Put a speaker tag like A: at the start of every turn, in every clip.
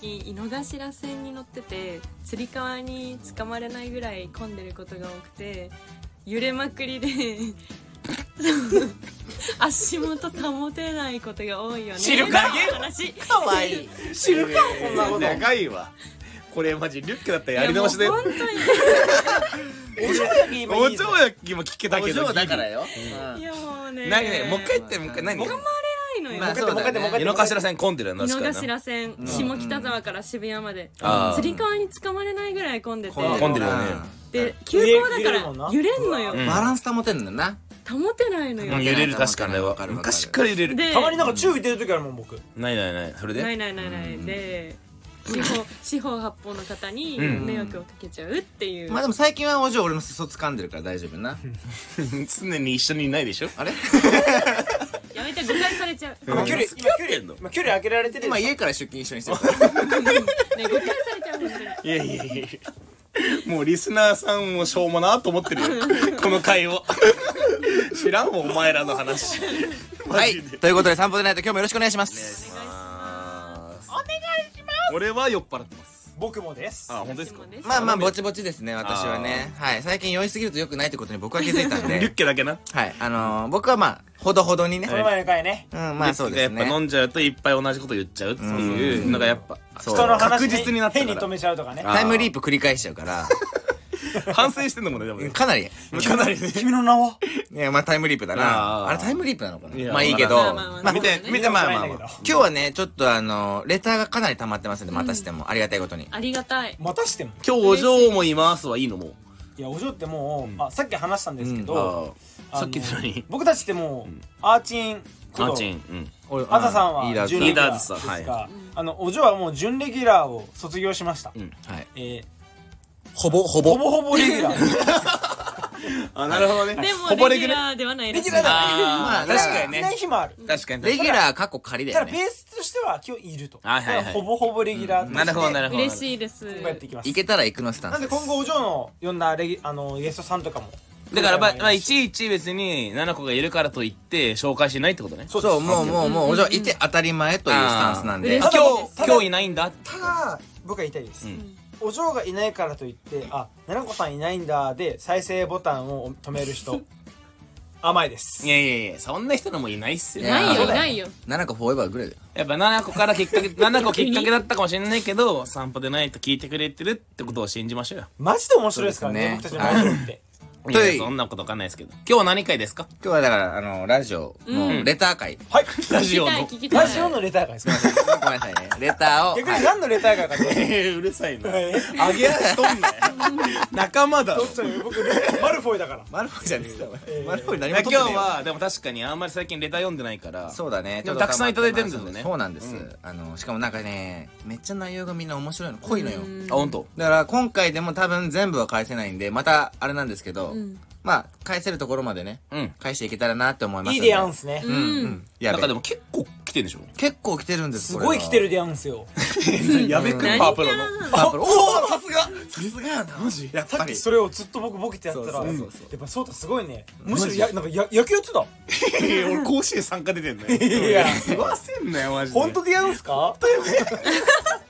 A: 近井の頭線に乗っててつり革につかまれないぐらい混んでることが多くて揺れまくりで足元保てないことが多いよね
B: 知るか
A: っていう話
B: かわいい知るかこんなこと
C: 長いわこれマジリュックだったらやり直しで
A: いやもう本当に
B: お嬢焼き今
C: お
B: いいぞ
C: 嬢焼きも聞けた
D: お
C: けど
D: 嬢だからよ、
A: いやもうね
C: 何ねもう一回言ってもう一回何
A: 捕まれないのよ、
D: まあ
C: そうだね
B: もう一回
C: 井
B: も
C: の
B: う一回
C: 頭線混んでるよな
A: 井の
C: 確かにな
A: 頭線、下北沢から渋谷まで
C: あー
A: つり革につかまれないぐらい混んでて
C: 混んでるよね
A: で急行だ
B: 揺れ
A: か
B: るもんな
A: ら揺れんのよ、
C: うん
D: バランス保てんだな
A: 保てないのよ、
C: うん揺れる確かに
D: わかるわかる
C: 昔から揺れる
A: で
B: たまになんか注意出る時あるもん僕
C: ないないないそれ
A: ない
C: で
A: ないないないで四方四方八方の方に
C: うん
A: 迷惑をかけちゃうっていう、
D: まあでも最近はお嬢俺の裾掴んでるから大丈 夫な
C: 常に一緒にいないでしょ
D: あれ
A: やめて誤解されちゃう、
C: う
A: ね
C: ん
B: 今距離
C: 付き合
B: 今
C: っ
B: 距
C: て
B: 離
C: んの
B: 今距離開けられてる
D: 今
B: でしょ
D: 家から出勤一緒にしてるから
A: 誤解されちゃう本当に
C: いやいやいやもうリスナーさんもしょうもなと思ってるよこの会を知らんわお前らの話 マ
D: は
C: ジ
D: い
C: で
D: ということで散歩でないと今日もよろしくお願いします
C: 俺は酔っ払ってます
B: 僕もです
C: あ本当ですか
A: いつもね
D: まあまあぼちぼちですね私はねはい最近酔いすぎると良くないってことに僕は気づいたん
C: リュ
D: で
C: ッケだけな
D: はいあのー僕はまあほどほどにね
B: この前の回ね
D: うんまあそうです
C: リュッケがやっぱ
D: ね
C: 飲んじゃうといっぱい同じこと言っちゃうっていうのがやっぱ
D: そう
B: 人の話
C: 確実になったか
B: 変
C: ら
B: に止めちゃうとかね
D: タイムリープ繰り返しちゃ うから
C: 反省してんのもねでも
D: うん
C: ね
D: かなり
C: かなりね
B: 君の名はい
D: やまあタイムリープだな
C: あ
D: あ
C: ー
D: れタイムリープなのか
C: いや
D: なまあいいけ
C: ま
D: ど
A: あまあまあ
D: まあ
A: 見
D: 見
A: て
D: て見てまあまあ
B: 見
D: ま
B: て
D: あ
B: もらえないけど
D: 今日はねちょっとあのレターがかなり溜まってますんでまたしてもありがたいことに
A: ありがたい
B: またしても
C: 今日お嬢もいますはいいのもう
B: いやお嬢ってもうあさっき話したんですけ
C: あ
B: ど
C: ー
B: あの
C: さっき言ったのに
B: 僕たちってもうアーチンこと
C: あーちんうん
D: 俺
B: アザさんは
D: リーダーズ
B: 準
C: リ
B: レ
C: ー
B: ギュ
C: ダ
B: ラー
C: ー
B: で
C: ズ
B: す
C: さん
B: があのお嬢はもう準レギュラーを卒業しました
C: うん
D: はい
B: えー
D: ほぼほ
B: ほ
D: ぼ
B: ぼほぼレギュラー
C: あなるほどね
A: で
C: こぼ
A: も
C: れ
A: レ
C: ぐ
A: ギュ
C: らい
A: ラーではない
B: レ
A: らし
B: ギ
A: い
B: ュラーだ
D: まあ確かに
B: いない
D: ね
B: 日もある
C: 確かに
D: レギュラーかっこ仮だ
B: た
D: よ
B: だベ
D: ね
B: ースとしては今日いると
C: はいはいはい
B: だからほぼほぼレギュラーとして
C: なるほどなるほど
A: 嬉しいです
B: 今後やっていきます
D: いけたら行くのスタン
B: な
D: ス
B: んで今後お嬢の呼んだレギあのゲストさんとかも
C: だからまあ、まあ、いちいち別に7個がいるからといって紹介しないってことね
B: そう
D: そう
B: です
D: もうもうもうお嬢いて当たり前というスタンスなんで
A: あ
C: 今
A: ーそうです
C: 日今日いないんだ
B: ただ僕は言いたいです、
C: うん
B: お嬢がいないからといってあ奈々子さんいないんだで再生ボタンを止める人甘いです
C: いやいやいやそんな人のもいないっすよ
D: い
A: な
D: や
A: いよ
D: そう
A: い
D: だよ
A: ないよ
D: 7個フォーエバーぐらいだよ
C: やっぱ7個からきっかけ7個きっかけだったかもしれないけど散歩でないと聞いてくれてるってことを信じましょうよ
B: マジで面白いですからね
D: そ
B: 僕
D: うで
B: たち
D: すね
B: のラ
C: い
B: ジオって
D: はい
C: やそんなことわかんないですけど今日は何回ですか
D: 今日はだからあのラジオ
A: う
D: のレター会
B: はい
C: ラ
A: 聞
C: ジ
A: き
C: オ
A: たい
C: の
A: 聞きた
B: ラ
A: い
B: ジオのレターがですか
D: ごめんなさいねレターを
B: 逆
D: は
B: に
D: い
B: 何のレターがかって
C: え ーうるさいな
B: はい
C: あげ足と んなよ仲間だろ
B: 僕マルフォイだから
D: マルフォイじゃねえだろ
B: えー
D: マルフォイ何
C: い
D: も
C: や
D: 撮
C: 今
D: ってねえよ
C: 日はでも確かにあんまり最近レター読んでないから
D: そうだね
C: でもたくさんいただいてるんですよね
D: そうなんです、あのしかもなんかねめっちゃ内容がみんな面白いの濃いのよ
C: あ本当。
D: だから今回でも多分全部は返せないんでまたあれなんですけど、まあ返せるところまでね、
C: うん
D: 返していけたらなって思います
B: いい
D: ん
B: でやんすね、
D: うん、うん、や
C: なん
D: べ
C: かでも結構来てんでしょ
D: 結構来てるんです
B: すごい来て
D: る
B: るでやんすよ
C: やべく
A: 何
C: パー
A: キ
C: プ
A: ャ
C: ロ
A: ラ
C: の
A: なの
D: パープルおおさすがさすがやなマジやっぱり
B: それをずっと僕ボケてやったら
D: そうそうそうそう
B: やっぱそうたすごいねむしろやなんかや野球やってた
C: 俺甲子園参加出てんのよ
B: いや
C: 言わせんなよマジで
B: 本当でやるんすか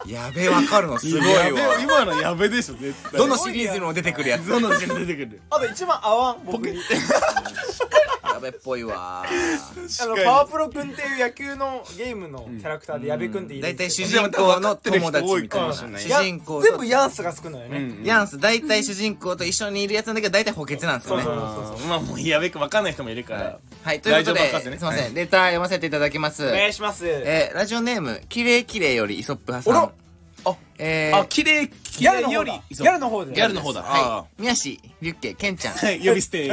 D: やべえわかるのすごい
C: やべ
D: わ
C: 今のやべでしょ絶対
D: どのシリーズにも出てくるやつ
C: どの時に出てくる
B: あと一番合わん僕に
D: やべっぽいわ
B: あのパワープロくんっていう野球のゲームのキャラクターで矢部くんっている
D: 大
B: んで
D: 体
B: す
D: 主
B: け
D: 人公の友達みたいな
C: うん
D: 主
B: どや
D: 人公
B: 全
D: と
B: 部ヤンスがつくのよね
D: ヤンス大体主人公と一緒にいるやつなんだけど大体補欠なんですよ
B: そう
D: ね
B: そうそうそう
C: まあもうやべく分かんない人もいるから
D: はいという
C: 大
D: ことで
C: 丈夫博士ね
D: すいませんレター読ませていただきます
B: お願いします
D: えーラジオネームキレイキレイよりイソップ派さ
B: あ
D: んあえー
C: あ綺麗綺
B: ギャル
C: 麗
B: の
C: よ
B: 方
C: り
B: だギャルの方で
C: ギャルの方だあ
D: はい宮氏リュッケケンちゃん
C: あはい呼び捨 て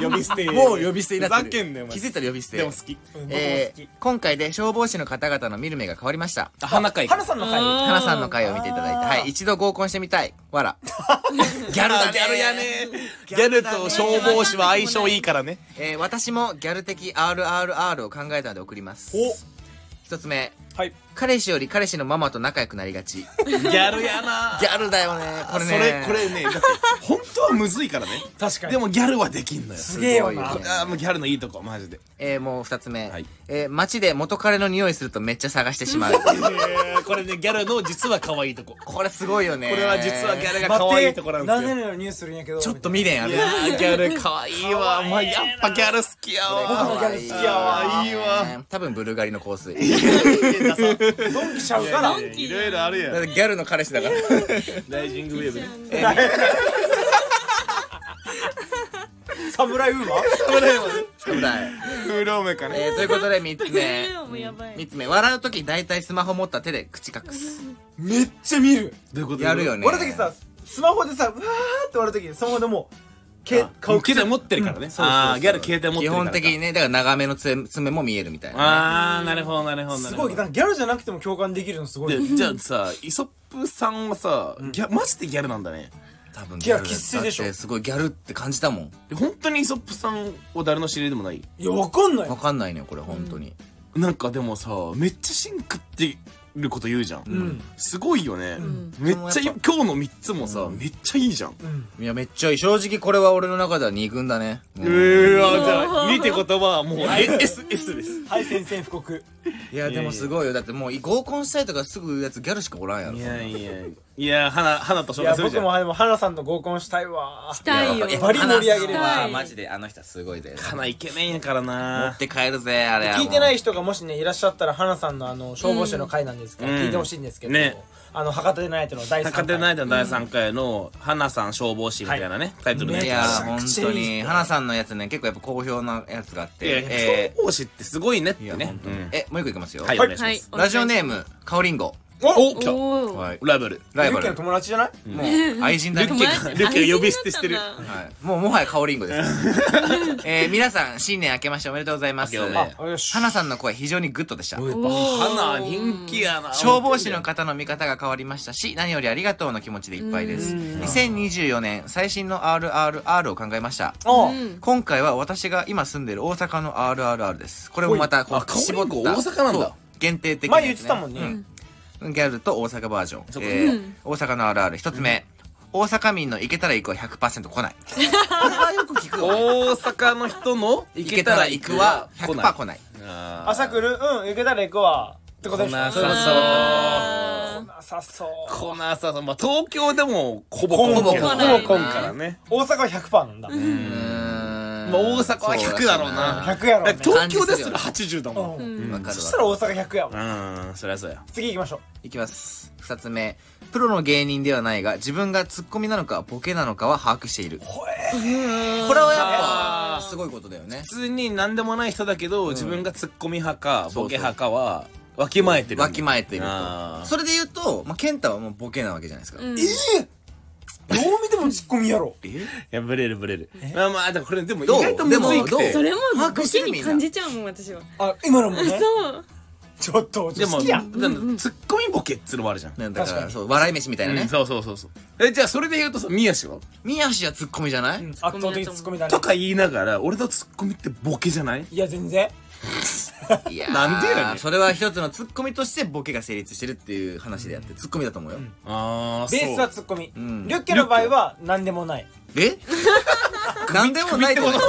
C: 呼び捨て
D: もう呼び捨てになってる
C: ふざけんなよマ
D: 気
C: ジ
D: づいたら呼び捨て
C: でも好き
B: うん僕も
D: え
B: 好き
D: ー今回で消防士の方々の見る目が変わりました
C: あ花会
B: 花さんの
A: あ
B: 回
D: 花さんの回を見ていただいて
B: あー
D: はい一度合コンしてみたいわら ギャルだね
C: ギャルやねギャルと消防士は相性いいからね
D: えー私もギャル的 RRR を考えたので送ります一つ目
B: はい
D: 彼氏より彼氏のママと仲良くなりがち。ギ
C: ギャルやな
D: ャルだよね。これ
C: そ
D: ね
C: れ。これねだって本当はむずいからね
B: 確かに
C: でもギャルはできんのよ
B: すげえよな
D: すごい
C: あーもうギャルのいいとこマジで
D: えー、もう二つ目。
C: はい
D: えー、街で元彼の匂いするとめっちゃ探して しまう。
C: これねギャルの実は可愛いとこ
D: これすごいよね。
C: これは実はギャルが
B: 待
C: 可愛
B: っ
C: い
B: て
C: とこなん
B: 何
C: です
B: 年
C: よ
B: のニュースするんやけど
D: ちょっと未練あ
C: い
D: る。
C: やーギャル可愛いわまあやっぱギャル好きや
B: 僕
C: わ
B: もギャル好きやわ
C: いいわ
D: ね多分ブルガリの香水。
B: ドンキちゃうから
C: いろいろあるや
D: だっ
C: ん
D: てギャルの彼氏だから。
C: ライジングウェーブね
B: 侍ウーマー
D: そうだい。
C: 風呂梅かね
D: えー、ということで三つ目。
A: ねもうやばい
D: 三つ目。笑うとき大体スマホ持った手で口隠す。
B: めっちゃ見る
C: どういうこと
D: やるよね。
B: 俺の時さスマホでさうわーって笑う時スマホでもうけ
C: あ
B: 顔
C: 携帯持ってるからねああギャル携帯持って
D: 基
C: るから
D: 本的にね、だから長めの爪爪も見えるみたいな。
C: ああなるほどなるほどな
B: す
C: る
B: ご
C: ほ
B: い
C: ど
B: なんかギャルじゃなくても共感できるのすごい
C: でじゃあさイソップさんはさギャマジでギャルなんだね
D: 多分
B: ギャル生粋でしょ
D: だってすごいギャルって感じたもん
C: で本当にイソップさんを誰の知り合いでもない
B: いやわかんない
D: わかんないねこれ本当に、
C: なんかでもさめっちゃ芯食ってること言うじゃん、
B: ん
C: すごいよね、
A: ん
C: めっちゃいい今日の3つもさ、めっちゃいいじゃん、
D: いやめっちゃいい正直これは俺の中では二軍だね、うん
C: うわじゃあ見て言葉はもう SS です
B: はい宣戦布告
D: いやでもすごいよだってもう合コンしたいとかすぐ言うやつギャルしかおらんやろ
C: いやいやいや花花と
B: い
C: 紹
B: や
C: 介するじ
B: 僕
C: ゃん
B: もでも花さんと合コンしたいわ
A: し痛いよ
D: え
B: バリ盛り上げれる
D: 花さん
A: 痛
D: はいマジであの人はすごいで持
C: 花イケメンやからな
D: って帰るぜあれはもう
B: 聞いてない人がもしねいらっしゃったら花さんのあの消防士の会なんですから、
C: うん
B: 聞いてほしいんですけど、
C: ね
B: あの博多でナイトの第3
C: 高
B: 回
C: 手ナイトの第3回の「花さん消防士」みたいなね、タイトルの
D: い
C: や
D: や
C: つ
B: めちゃ
D: 本
B: くちゃいい
D: 当に花さんのやつね結構やっぱ好評なやつがあっ
C: いや
D: て
C: いや
D: え
C: 消防士ってすごいねって
D: ーいや
C: ね
D: 本当に
C: うん
D: えもう一個いきますよ
C: はいお願いします、
A: はい
D: ラジオネームかおりんご
C: お
A: お
C: 来た
A: ー
D: はい
C: ライバル
D: ライ
B: ユ
D: バ
B: ッケの
D: ル
B: 友達じゃない、
D: もう愛人だね
C: ルッケが
A: マジ
C: ルッケが呼び捨てしてる
A: 愛人だったんだ
D: はい、もうもはやカオリンゴです、えー皆さん新年明けましておめでとうございます
C: 明けおめ
B: あよし
D: 花さんの声非常にグッドでした
B: おい
C: 花人気やな
D: 消防士の方の見方が変わりましたし何よりありがとうの気持ちでいっぱいです2024年最新の RRR を考えました
B: おう
D: 今回は私が今住んでる大阪の RRR ですこれもまたこ
C: おいあ
D: う絞った
C: カオリンゴ大阪なんだ
D: そう限定的な
B: 前
D: や
B: 言って
D: つね
B: たもんね、
D: ギャルと大阪バージョン、
C: そうか
D: えー大阪の RR 一つ目、大阪民の行けたら行くは100%来ないこれはよく聞くわ
C: 大阪の人の行
D: 行
C: け
D: け
C: た
D: た
C: ら
D: ら
C: 行
D: 行
C: く
D: く
C: は
D: は
C: 来
D: 100%
C: ない
D: 来ない
C: あ
B: 朝来るうん行けたら行くわってことでしょ
C: 来な
B: そ
C: さ
B: う
C: そ
A: あ
B: なさそう
C: う来なさそうまあ東京でもほぼ
D: ほぼ
C: ほぼ
A: 来ないな
C: 来んからね
B: 大阪は100%なんだ、
D: ま
C: まあ大阪は100だろうな
B: 100やろ、
C: だ
B: ね
C: って東京ですら80だもん
B: う
C: うん
D: わかる
B: そ
D: わ
B: したら大阪100やもん
C: んそりゃそうや
B: 次行きましょう
D: いきます。二つ目。プロの芸人ではないが、自分がツッコミなのか、ボケなのかは把握している。これはやっぱ、すごいことだよね。
C: 普通に何でもない人だけど自分がツッコミ派かボケ派かはわきまえてる
D: わきまえている
C: あ
D: と。
C: ー
D: それで言うと、まあ、ケンタはもうボケなわけじゃないですか。
B: どう見てもツッコミやろ
C: いやブレるブレるまあまあでもこれでも意
D: どう
C: 外とむずいくて
D: でもど
A: そうれも
D: 把
A: ボ
D: 握して
A: ケ
D: る
A: に感じちゃうもん私は
B: あ今のもね
A: そう
B: ちょっと
C: でも
B: 好きや
C: でもツッコミボケっつうのもあるじゃん
D: なんだか、
B: 確からに
D: そう、笑い飯みたいな
C: うん
D: ね。
C: そうそうそうそうえじゃあそれで言うとさ宮氏は
D: 宮氏はツッコミじゃない
B: 圧倒的ツッコミだね
C: とか言いながら俺のツッコミってボケじゃない
B: いや全然
D: いやー
C: なんでやねん
D: それは一つのツッコミとしてボケが成立してるっていう話であって、ツッコミだと思うよ。
C: ああ
B: ベースはツッコミ、
D: ん
B: リュッケの場合は何でもない
D: えなんでもないと思う。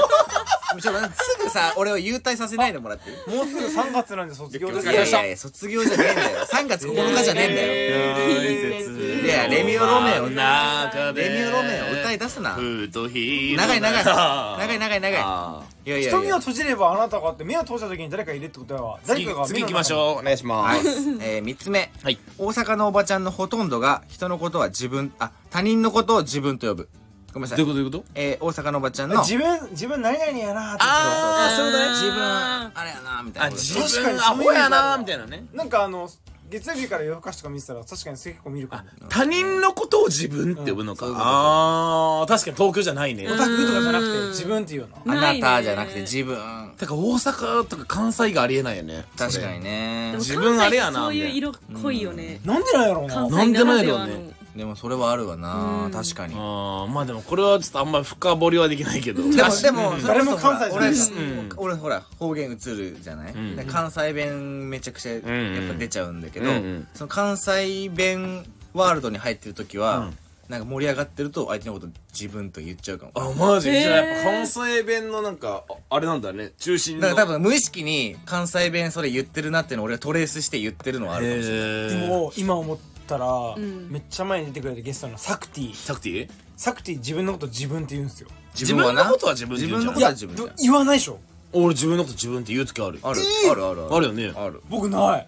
D: ちょっと待ってすぐさ、俺を優退させないでもらっていい
B: もうすぐ3月なんで卒業です
D: い
B: よ
D: やいやいや、卒業じゃねえんだよ。3月9日じゃねえんだよ。
C: い
D: いやレミオロメオ
C: 中で
D: レミオロメンを歌い出すな。長い
C: ふとひ
D: 長い長い。長い長い
C: あ
D: い。いやいやいや。
B: 瞳を閉じればあなたがあって目を閉じた時に誰かいるってことやわ誰
C: 次
B: かが
C: 次行きましょうお願いしま
D: はい
C: す。
D: えー、三つ目。
C: はい
D: 大阪のおばちゃんのほとんどが人のことは自分、あ、他人のことを自分と呼ぶ。ごめんなさい。
C: どういうこと
D: えー、大阪のおばちゃん
B: う
D: の。
B: 自分自分何々やなーって
C: あーそうだね
D: 自分、あれやな、みたい
C: あ
D: なこと。
C: 自
B: 確かに
C: 分アホやなーみたいなね
B: なんかあの月曜日から夜更かしとか見てたら確かにそれ結構見るかも
C: 他人のことを自分って呼ぶのか
D: うんそういうこと
C: ああ確かに東京じゃないね
B: オタクとかじゃなくて自分っていうような
D: あ
A: ない
D: な
A: ね
D: たじゃなくて自分。
C: だから大阪とか関西がありえないよね
D: 確かにね。
A: 自
C: 自分あれやな
A: そういう色濃いよね
B: なんでなんやろうな
A: 関
C: なん
A: 西
C: で
A: な
C: も
A: ら
C: やる
A: で
C: よ
A: は
C: ね
A: の
D: でもそれはあるわな
A: うん
D: 確かにでも
C: あーまあでもこれはちょっとあんま深掘りはできないけど
D: でも
C: 確か
D: それこそ
B: 誰も関西じゃないし
D: 俺俺ほら方言映るじゃない、
C: ん
D: で関西弁めちゃくちゃやっぱ出ちゃうんだけど、
C: うんうん
D: その関西弁ワールドに入ってる時は、
C: うん
D: なんか盛り上がってると相手のこと自分と言っちゃうかも
C: あマジ、
A: へー
C: じゃあやっぱ関西弁のなんかああれなんだね中心の
D: だから多分無意識に関西弁それ言ってるなっていうのを俺がトレースして言ってるのはあるかもしれない
C: え
B: でも今思ったら、
A: ん
B: めっちゃ前に出てくれたゲストのサクティ
C: タクティ
B: サクティ自分のこと自分って言うんですよ
C: 自分のことは自分で
D: 自
C: 言う
D: 分
C: じ
D: の
C: ゃん
D: ことは自分じゃん
B: ど言わないでしょ
C: 俺自分のこと自分って言う時ある
D: ある、あるある
C: あるよね
D: ある
B: 僕ない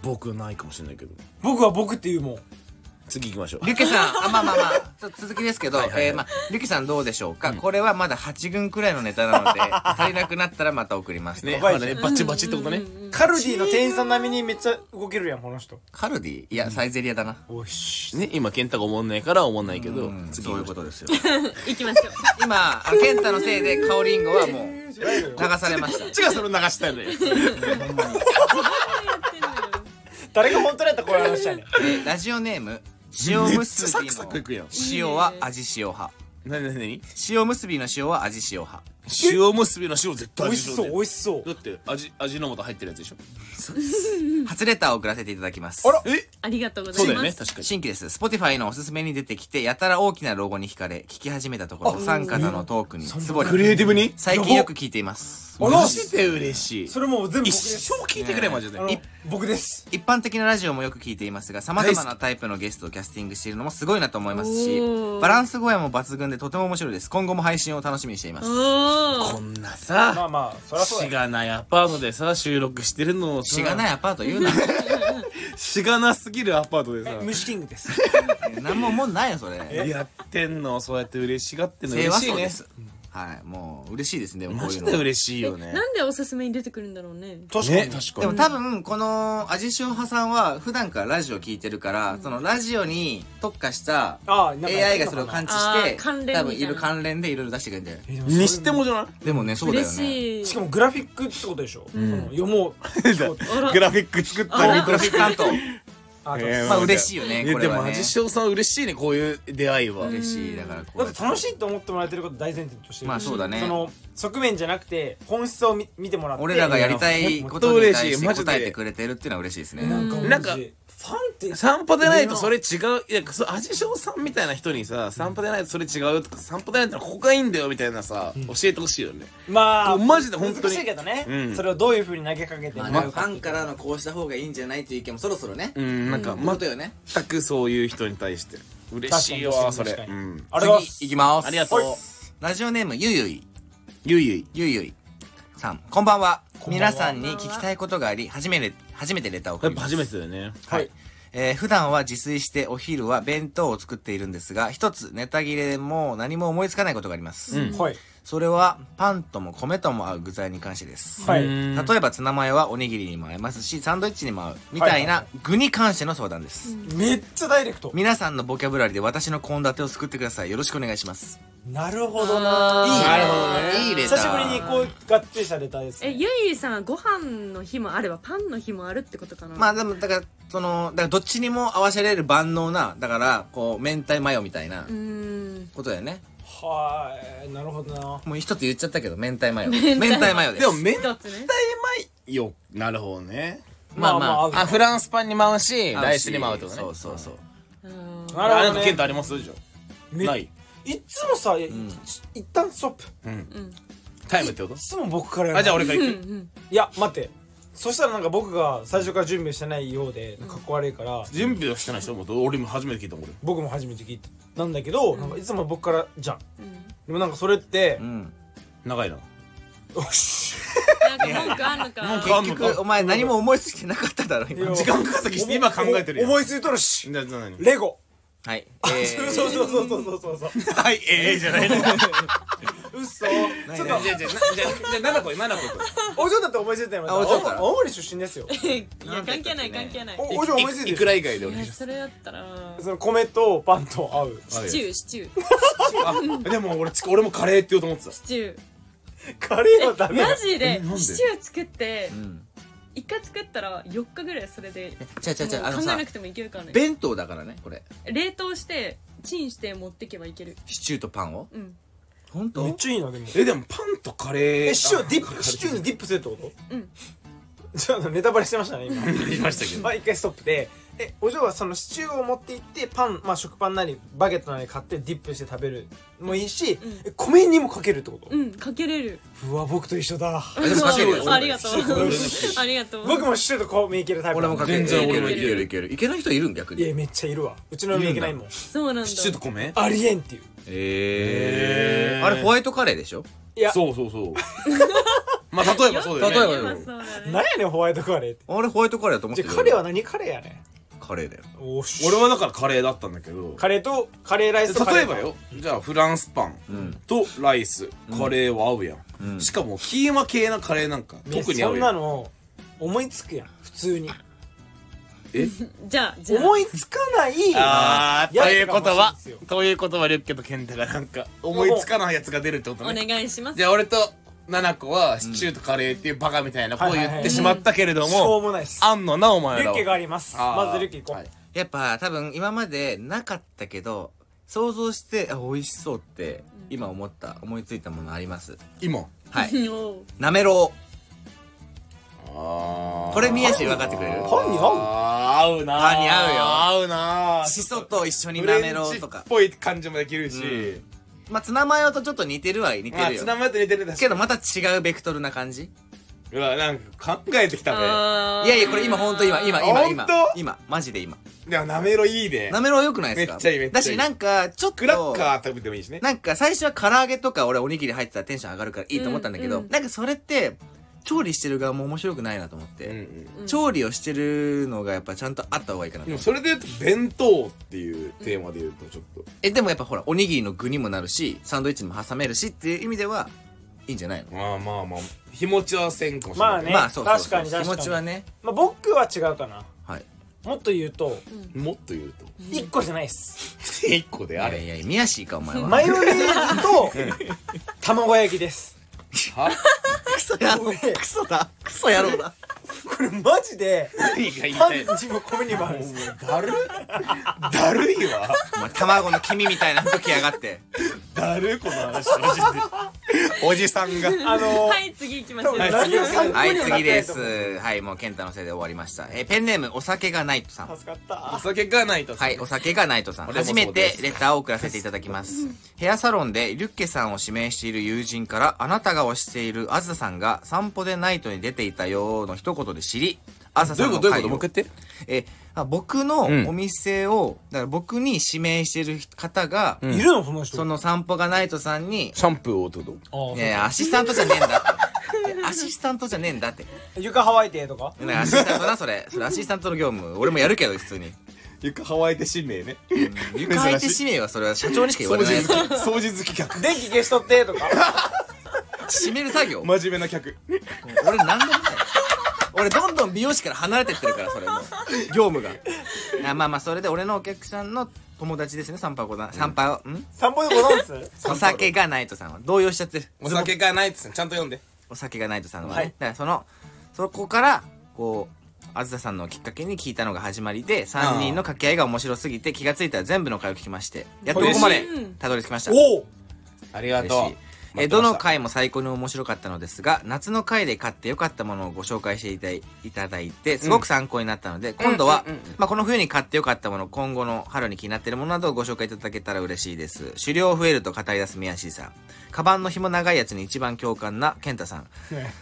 C: 僕ないかもしれないけど
B: 僕は僕って言うもん
C: 次行きましょう
D: リュケさん、あ、まあまあまあ、ちょっと続きですけど、
C: はいはいはい
D: えーまあ、リュケさんどうでしょうか、これはまだ8軍くらいのネタなので、足りなくなったらまた送りますね。
C: ね
B: やばい
C: まだねバチバチってことね
B: カルディの店員さん並みにめっちゃ動けるやんこの人
D: カルディいや、サイゼリアだな。
B: おいし
C: ね今健太が思んないから思んないけど
D: うん
C: 次
D: そういうこととですよ。
A: 行きましょう
D: 今、あケンタのせいで、カオリンゴはもう、流されました。
C: 違うそれ流したよね
B: 誰が本当だったらこれ話したいね
D: えーラジオネーム、塩結
C: めっちゃサ
D: び
C: クサクいくやん
D: の塩は味塩派。
C: なになになに
D: 塩結びの塩は味塩派。
C: 塩結びの塩絶
B: 美
C: 対
B: 味
C: 味
B: しそう美味しそう
C: だって味味の素入ってるやつでしょ
D: 初レターを送らせていただきます。
B: あら
C: え
A: ありがとうござ
C: そう
A: い
C: だ
A: ます
C: よね確かに
D: 新規です。Spotify のおすすめに出てきて、やたら大きな老後に惹かれ、聞き始めたところ、お三方のトークに、つぼり
C: ク、リエイティブに
D: 最近よく聞いています。
B: あら
C: マジで嬉しい
B: それもう全部僕で
C: 一
B: す
C: 生聞いてくれマジで
B: あの僕です
D: 一般的なラジオもよく聞いていますが、様々なタイプのゲストをキャスティングしているのもすごいなと思いますし
A: お、ー
D: バランス具合も抜群でとても面白いです。今後も配信を楽しみにしています。
A: お
C: こ
A: お
C: んな
B: ま
C: さ
B: あまあそりゃそう
C: し
B: だよ
C: がないアパートでさ収録してるのをさ
D: しがないアパート言うな。
C: しがなすぎるアパートでさ
B: 虫キングです
D: なんももんないよ、それ。
C: やってんのそうやって嬉しがってんの
D: 正
C: 嬉
D: 和
C: しい
D: そうで
C: ね
D: す。はい、もう嬉しいですね、でもこ
C: マ
D: ういう
C: ジ
D: の。
C: で嬉しいよね
A: なんでおすすめに出てくるんだろうね
B: 確かに、
C: ね確
D: で
C: か
D: も
C: に
D: 多分この味塩派さんは普段からラジオ聞いてるから、そのラジオに特化した
B: あーなんか
D: AI がそれを感知して
A: あー関連みた
D: 多
A: いな
D: 分いる関連でいろいろ出してくれて
B: えでもそれ
C: にしてもじゃない
D: でもねそうだよ
A: 嬉
D: ね
A: しい
B: しかもグラフィックってことでしょ、う読もうそう
A: あら
C: グラフィック作ったり
D: プロフィック担当
B: あと
D: まあ嬉しいよねこれ
C: で
D: は
C: も
D: ね
C: 味塩さん嬉しいねこういう出会いは
D: 嬉しいだからこ
B: だ
D: う
B: って楽しいと思ってもらえてること大前提としてる
D: まあそうだね
B: その側面じゃなくて本質を見見てもらって
D: 俺らがやりたいことに対して答えてくれてるっていうのは嬉しいですね
B: なんか
C: なん
B: ん
C: か
B: かファンって
C: 散歩でないとそれ違ういやそう味塩さんみたいな人にさ散歩でないとそれ違うとか散歩でないとここがいいんだよみたいなさ教えてほしいよね
B: まあ
C: マジで本当に
B: 難しいけどね、
C: うん
B: それをどういうふうに投げかけて
D: ま
B: もら
D: あでも
B: う
D: ファンからのこうした方がいいんじゃないという意見もそろそろね
C: うんなんか
D: またよね
C: 全くそういう人に対して嬉しいわそれうん
B: あれは
D: 次いきます
C: ありがとう
D: ラジオネームゆいゆい
C: ゆいゆい
D: ゆいゆいさんこんば
B: ん
D: んは
B: ばんは
D: 皆さんに聞きたいことがあり初めて初めてレターを送
C: やっ
D: り
C: ぱ
D: ます
C: 初めてだよね
B: はい
D: えー普段は自炊してお昼は弁当を作っているんですが、一つネタ切れも何も思いつかないことがあります。
B: はい
D: それはパンとも米とも合う具材に関してです。
B: はい
C: うん
D: 例えばツナマヨはおにぎりにも合いますし、サンドイッチにも合う。みたい
B: はい
D: な具に関しての相談です。
B: めっちゃダイレクト
D: 皆さんのボキャブラリーで私の献立を作ってください。よろしくお願いします。
B: なるほどない
D: い
B: い
D: ね
B: な
C: るほどね
D: いいレタ
B: 久
D: ー
B: しぶりにこうがっつりしたレターです、
A: え
B: ね、
A: ゆいさんはご飯の日もあればパンの日もあるってことかな
D: まあでも、だから、その、だからどっちにも合わせれる万能な、だから、こう、明太マヨみたい
A: う
D: な
A: ーん
D: ことだよね。
B: はーいなるほどな
D: もう一つ言っちゃったけど、明太マヨ。明太マヨで
C: で
D: す。
C: も明太
A: 一つね
C: マヨなるほどね
D: まあま
B: まあまあ、
D: あ
C: あフランスパンにも合うしライスにも合うとかね
D: そうそうそう。
A: うん
B: な
C: あれ
B: る
C: の
B: ほど
C: ケン
B: ね
C: トありますでしょ
B: め
C: ない
B: いっつもさ、い一旦ストップ
C: タイムってこと
B: いつも僕からやる
C: あじゃあ俺が行く
B: いや待ってそしたらなんか僕が最初から準備してないようでなんかかっこ悪いから
C: 準備をしてない人も俺も初めて聞いたもん俺
B: 僕も初めて聞いたんだけど、なんかいつも僕からじゃん、でもなんかそれって、
D: うん。
C: 長いな
B: よし
A: なんか文句あんのか
C: 文句あん
D: 結
C: の
D: 局、お
C: か
D: 前何も思いつきてなかっただろ、今。
C: 時間稼ぎして今考えてるやん
B: お思いついとるし
C: じゃあ何
B: レゴ、
D: はい。
B: そうそうそうそうそうそうそう
C: はいええじゃないのじゃ
B: うっそーちょっと
C: あじゃあじゃあ7個7個
B: お嬢だって思いついたよ
D: あお嬢だ
B: 青青森出身ですよ
A: いや関係ない関係ない
B: おお嬢思いついて
C: い
B: る
C: くら以外でお
A: い
C: 願
A: や
C: いします
A: それだったら
B: その米とパンと合う
A: シチューシチュー
C: あでも俺ち俺もカレーって言おうと思ってた
A: シチュー
B: カレーはダメだ
A: マジで
C: えなんで
A: シチュー作って一回作ったら4日ぐらいそれで
D: じゃじゃじゃ
A: も
D: あ
A: う
D: の
A: 考え
D: さ
A: なくてもいけるからね
D: 弁当だからねこれ
A: 冷凍してチンして持ってけばいける
D: シチューとパンを
A: うん
D: 本
B: めっちゃいいなでも
C: えでもパンとカレー
B: えシチューディップシチューにディップするってこと
A: うん
B: ちょっとネタバレしてましたね今
C: ありましたけど
B: まあ一回ストップでえお嬢はそのシチューを持って行ってパン、まあ、食パンなりバゲットなり買ってディップして食べるもいいし、
A: ん
B: え米にもかけるってこと、
A: うんかけれる
B: うわ僕と一緒だ
D: あでもかけるよ
A: あありがとう
C: 俺
A: ありがとう
B: 僕もシチューと米いけるタイプ
D: 俺もかける
C: 全然俺も
D: い
C: い
D: け
C: け
D: る
C: る
D: いけるいけるいけない人いるん逆
B: い
D: に
B: やめっちゃいるわうちの嫁いけないもん
A: そうなんだ
C: シチューと米
B: ありえんっていう
D: え
C: へ
D: ー
C: ー
D: あれホワイトカレーでしょ
B: いや
C: そうそうそうまあ例えばそうだよね
D: 例えば
A: やっぱそうだね
B: 何やねんホワイトカレーって
D: あれホワイトカレーだと思っ
B: じ
D: て
B: ゃ
D: た
B: あ
D: けど
B: カレーは何カレーやね
D: カレーだよ
B: んおし
C: 俺はだからカレーだったんだけど
B: カレーとカレーライスとカレー
C: 例えばよじゃあフランスパンとライス、カレーは合うやん、しかもキーマ系なカレーなんか特
B: 特に
C: に合
B: そ
C: うんや
B: なんの思いつくやん普通に
C: え
A: じゃあじゃあ
B: 思いつかない
C: あー
B: や
C: と
B: つ
C: いうこ
B: かも
C: と
B: しれない
C: は
B: ですよ
C: ということはリュッケとケンタがなんか思いつかないやつが出るってこと
A: お
C: ね
A: 願いします
C: じゃあ俺とナナコはシチューとカレーっていうバカみたいなこう言
B: はいはい
C: っ
B: は
C: て
B: い
C: しまったけれど
B: しょう
C: も
B: もないっす
C: あんのなお前
B: リュ
C: ら
B: ッ
C: は
B: ケがあります
C: あー
B: まずリュッケ行こ
C: はいう
D: やっぱ多分今までなかったけど想像してあ美味しそうって今思った思いついたものあります
C: 今
D: はい
A: おう
D: なめろう
C: こ
D: これ宮地分かってくれる
B: パンに合う
C: あー合うな
D: パンに合うよ
C: 合うな
D: しそと一緒になめろうとか
C: フレンチっぽい感じもできるし、
D: まあツナマヨとちょっと似てるは似て
C: まあ
D: る
C: ツ
D: よ
C: ナマヨと似てるだ
D: けどまた違うベクトルな感じ
C: うわなんか考えてきたね
A: あー
D: いやいやこれ今ほんと今今今
C: ほ
D: 今
C: んと
D: 今マジで今
C: でもなめろいいね
D: なめろう良くないですか
C: めっちゃいいめっちゃいい
D: だしなんかちょっと
C: クラッカー食べてもいいしね
D: なんか最初は唐揚げとか俺おにぎり入ってたらテンション上がるからいいと思ったんだけど、
A: うんうん
D: なんかそれって調理してる側も面白くないなと思って、
C: うんうん
A: うん
D: 調理をしてるのがやっぱちゃんとあった方がいいかな
C: でもそれで言うと弁当っていうテーマで言うとちょっと
D: えでもやっぱほらおにぎりの具にもなるしサンドイッチにも挟めるしっていう意味ではいいんじゃないの、
C: まあまあまあ日持ちはせんかもしれ
B: ま
C: な
B: あ
C: い
B: ね
D: まあそうそうそ
B: 確
D: う
B: かに確かに
D: 気持ちはね
B: まあ僕は違うかな
D: はい
B: もっと言うと
C: もっと言うと
B: 一個じゃないっす
C: 一個であ
D: い
C: れ
D: やいや宮氏かお前は
B: マヨネーズと卵焼きです
C: は
D: クソ野郎クソだクソ野郎だ
B: これマジで
C: 何が言い
B: パ
C: たい
B: ンにも米にも合うんです
C: だる だるいわ
D: お前卵の黄身みたいな服着やがって
C: だるこの話マジでおじさんが
B: あのー
A: はい次行きましょう
B: 多分何を参考
D: はい
B: にもな
D: 次
B: って
D: で
B: ると思う
D: すはいもう健太のせいで終わりましたえペンネームお酒がないとさん
B: 助かった
C: お酒がないと
D: はい、お酒がないとさん。
C: 俺もそ
D: 初
C: うで
D: め
C: す
D: てレターを送らせていただ きます。ヘアサロンでリュッケさんを指名している友人から、あなたが推しているあずささんが散歩でナイトに出ていたよーの一言で知り、あずささんの会を
C: 言って
D: えあ僕の
C: うん
D: お店を、だから僕に指名している方が、
C: ん
B: いるのこの人
D: その散歩がないとさんに、
C: シャンプーをってこと
B: ああ
D: えアシスタントじゃねえんだって。いやアシスタントじゃねえんだって。
B: 床ハワイ亭とか
D: ねアシスタントな、それ。それアシスタントの業務。俺もやるけど、普通に。
C: 床ハワイで指名ね
D: 床空いて指名は、それは社長にしか言わ
C: 掃
D: れない
C: 除
D: や
C: 好
D: つ。
C: き掃除好き客
B: 電気消しとってと か
D: 閉める作業
C: 真面目な客
D: 俺何でもない俺どんどん美容師から離れてってるからそれもう業務があまあまあそれで俺のお客さんの友達ですねサンパコさんサンパん
B: 散歩でござんす
D: お酒がないとさんは動揺しちゃってる
C: お酒がないっつってちゃんと読んで
D: お酒がないとさんはね、
B: はい
D: だからそのそこからこうあずささんのきっかけに聞いたのが始まりで3人の掛け合いが面白すぎて気がついたら全部の回を聞きましてやっとここまで
A: 嬉しい
D: たどり着きました
B: おお
C: ありが
D: 嬉
C: と。
D: しいうえどの回も最高に面白かったのですが夏の回で買って良かったものをご紹介していたいただいてすごく参考になったので、今度は、まあ、この冬に買って良かったもの今後の春に気になっているものなどをご紹介いただけたら嬉しいです狩猟増えると語り出す宮椎さんカバンの紐長いやつに一番共感な健太 さん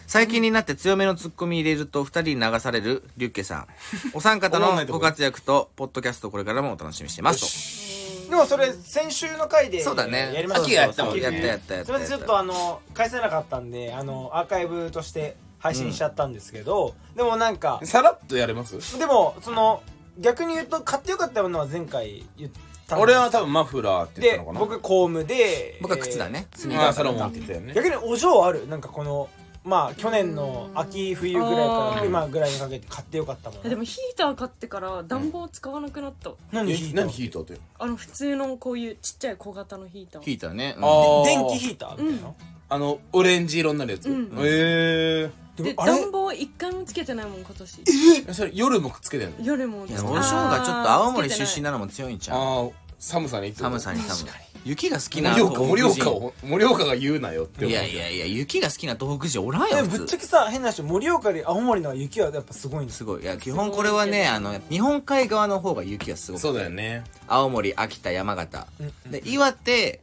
D: 最近になって強めのツッコミ入れると2人に流されるリュッケさん お三方のご活躍とポッドキャストこれからもお楽しみにしてます
B: でもそれ先週の回で
D: とそうだね
B: やりました
D: そう
C: 秋がやったもんね
D: やったやったやっ
B: す
D: た
B: みま
D: や
B: せ
D: た
B: んちょっとあの返せなかったんであのアーカイブとして配信しちゃったんですけど、でもなんか
C: さらっとやれます
B: でもその逆に言うと買ってよかったものは前回言ったんです
C: 俺は多分マフラーって言った
B: で
C: のかな
B: 僕コームで
D: 僕は靴だね、
C: スニーカーサロンって言ったよ
B: えー
C: ね
B: 逆にお嬢あるなんかこのまあ去年の秋冬ぐらいか
A: あ
B: ら
A: ー
B: 今ぐらいにかけて買ってよかったも
A: で
B: の
A: もヒーター買ってから暖房使わなくなった、
B: 何ヒーター
C: 何ヒーターって
A: あの普通のこういうちっちゃい小型のヒーター
D: 聞いたね、うん
C: あー
B: 電気ヒーターみたいな
C: あのオレンジ色になるやつ、
A: うん
C: え
A: で
B: でもあれ
A: 暖房一回もつけてないもん今年
C: えそれ夜もつけてんの
A: 夜も
D: いやお正がちょっと青森出身なのも強いんちゃう
C: ああ寒さに
D: 寒さに多
C: 確
D: 分
C: か
D: 雪が好き
C: に
D: な
C: 盛岡盛
D: 東
C: 岡
D: 北
C: を盛岡が言うなよって
D: 人
C: 思
D: いうやいやいや雪が好きな東北人おらんよ
B: え
D: 普
B: ぶっちゃ
D: 通
B: けさ変な話盛岡より青森の雪はやっぱすごいんです
D: す
B: よ
D: ごいいや基本これはねあの日本海側の方が雪がすごい
C: そうだよね
D: 青森秋田山形
B: うんうん
D: で岩手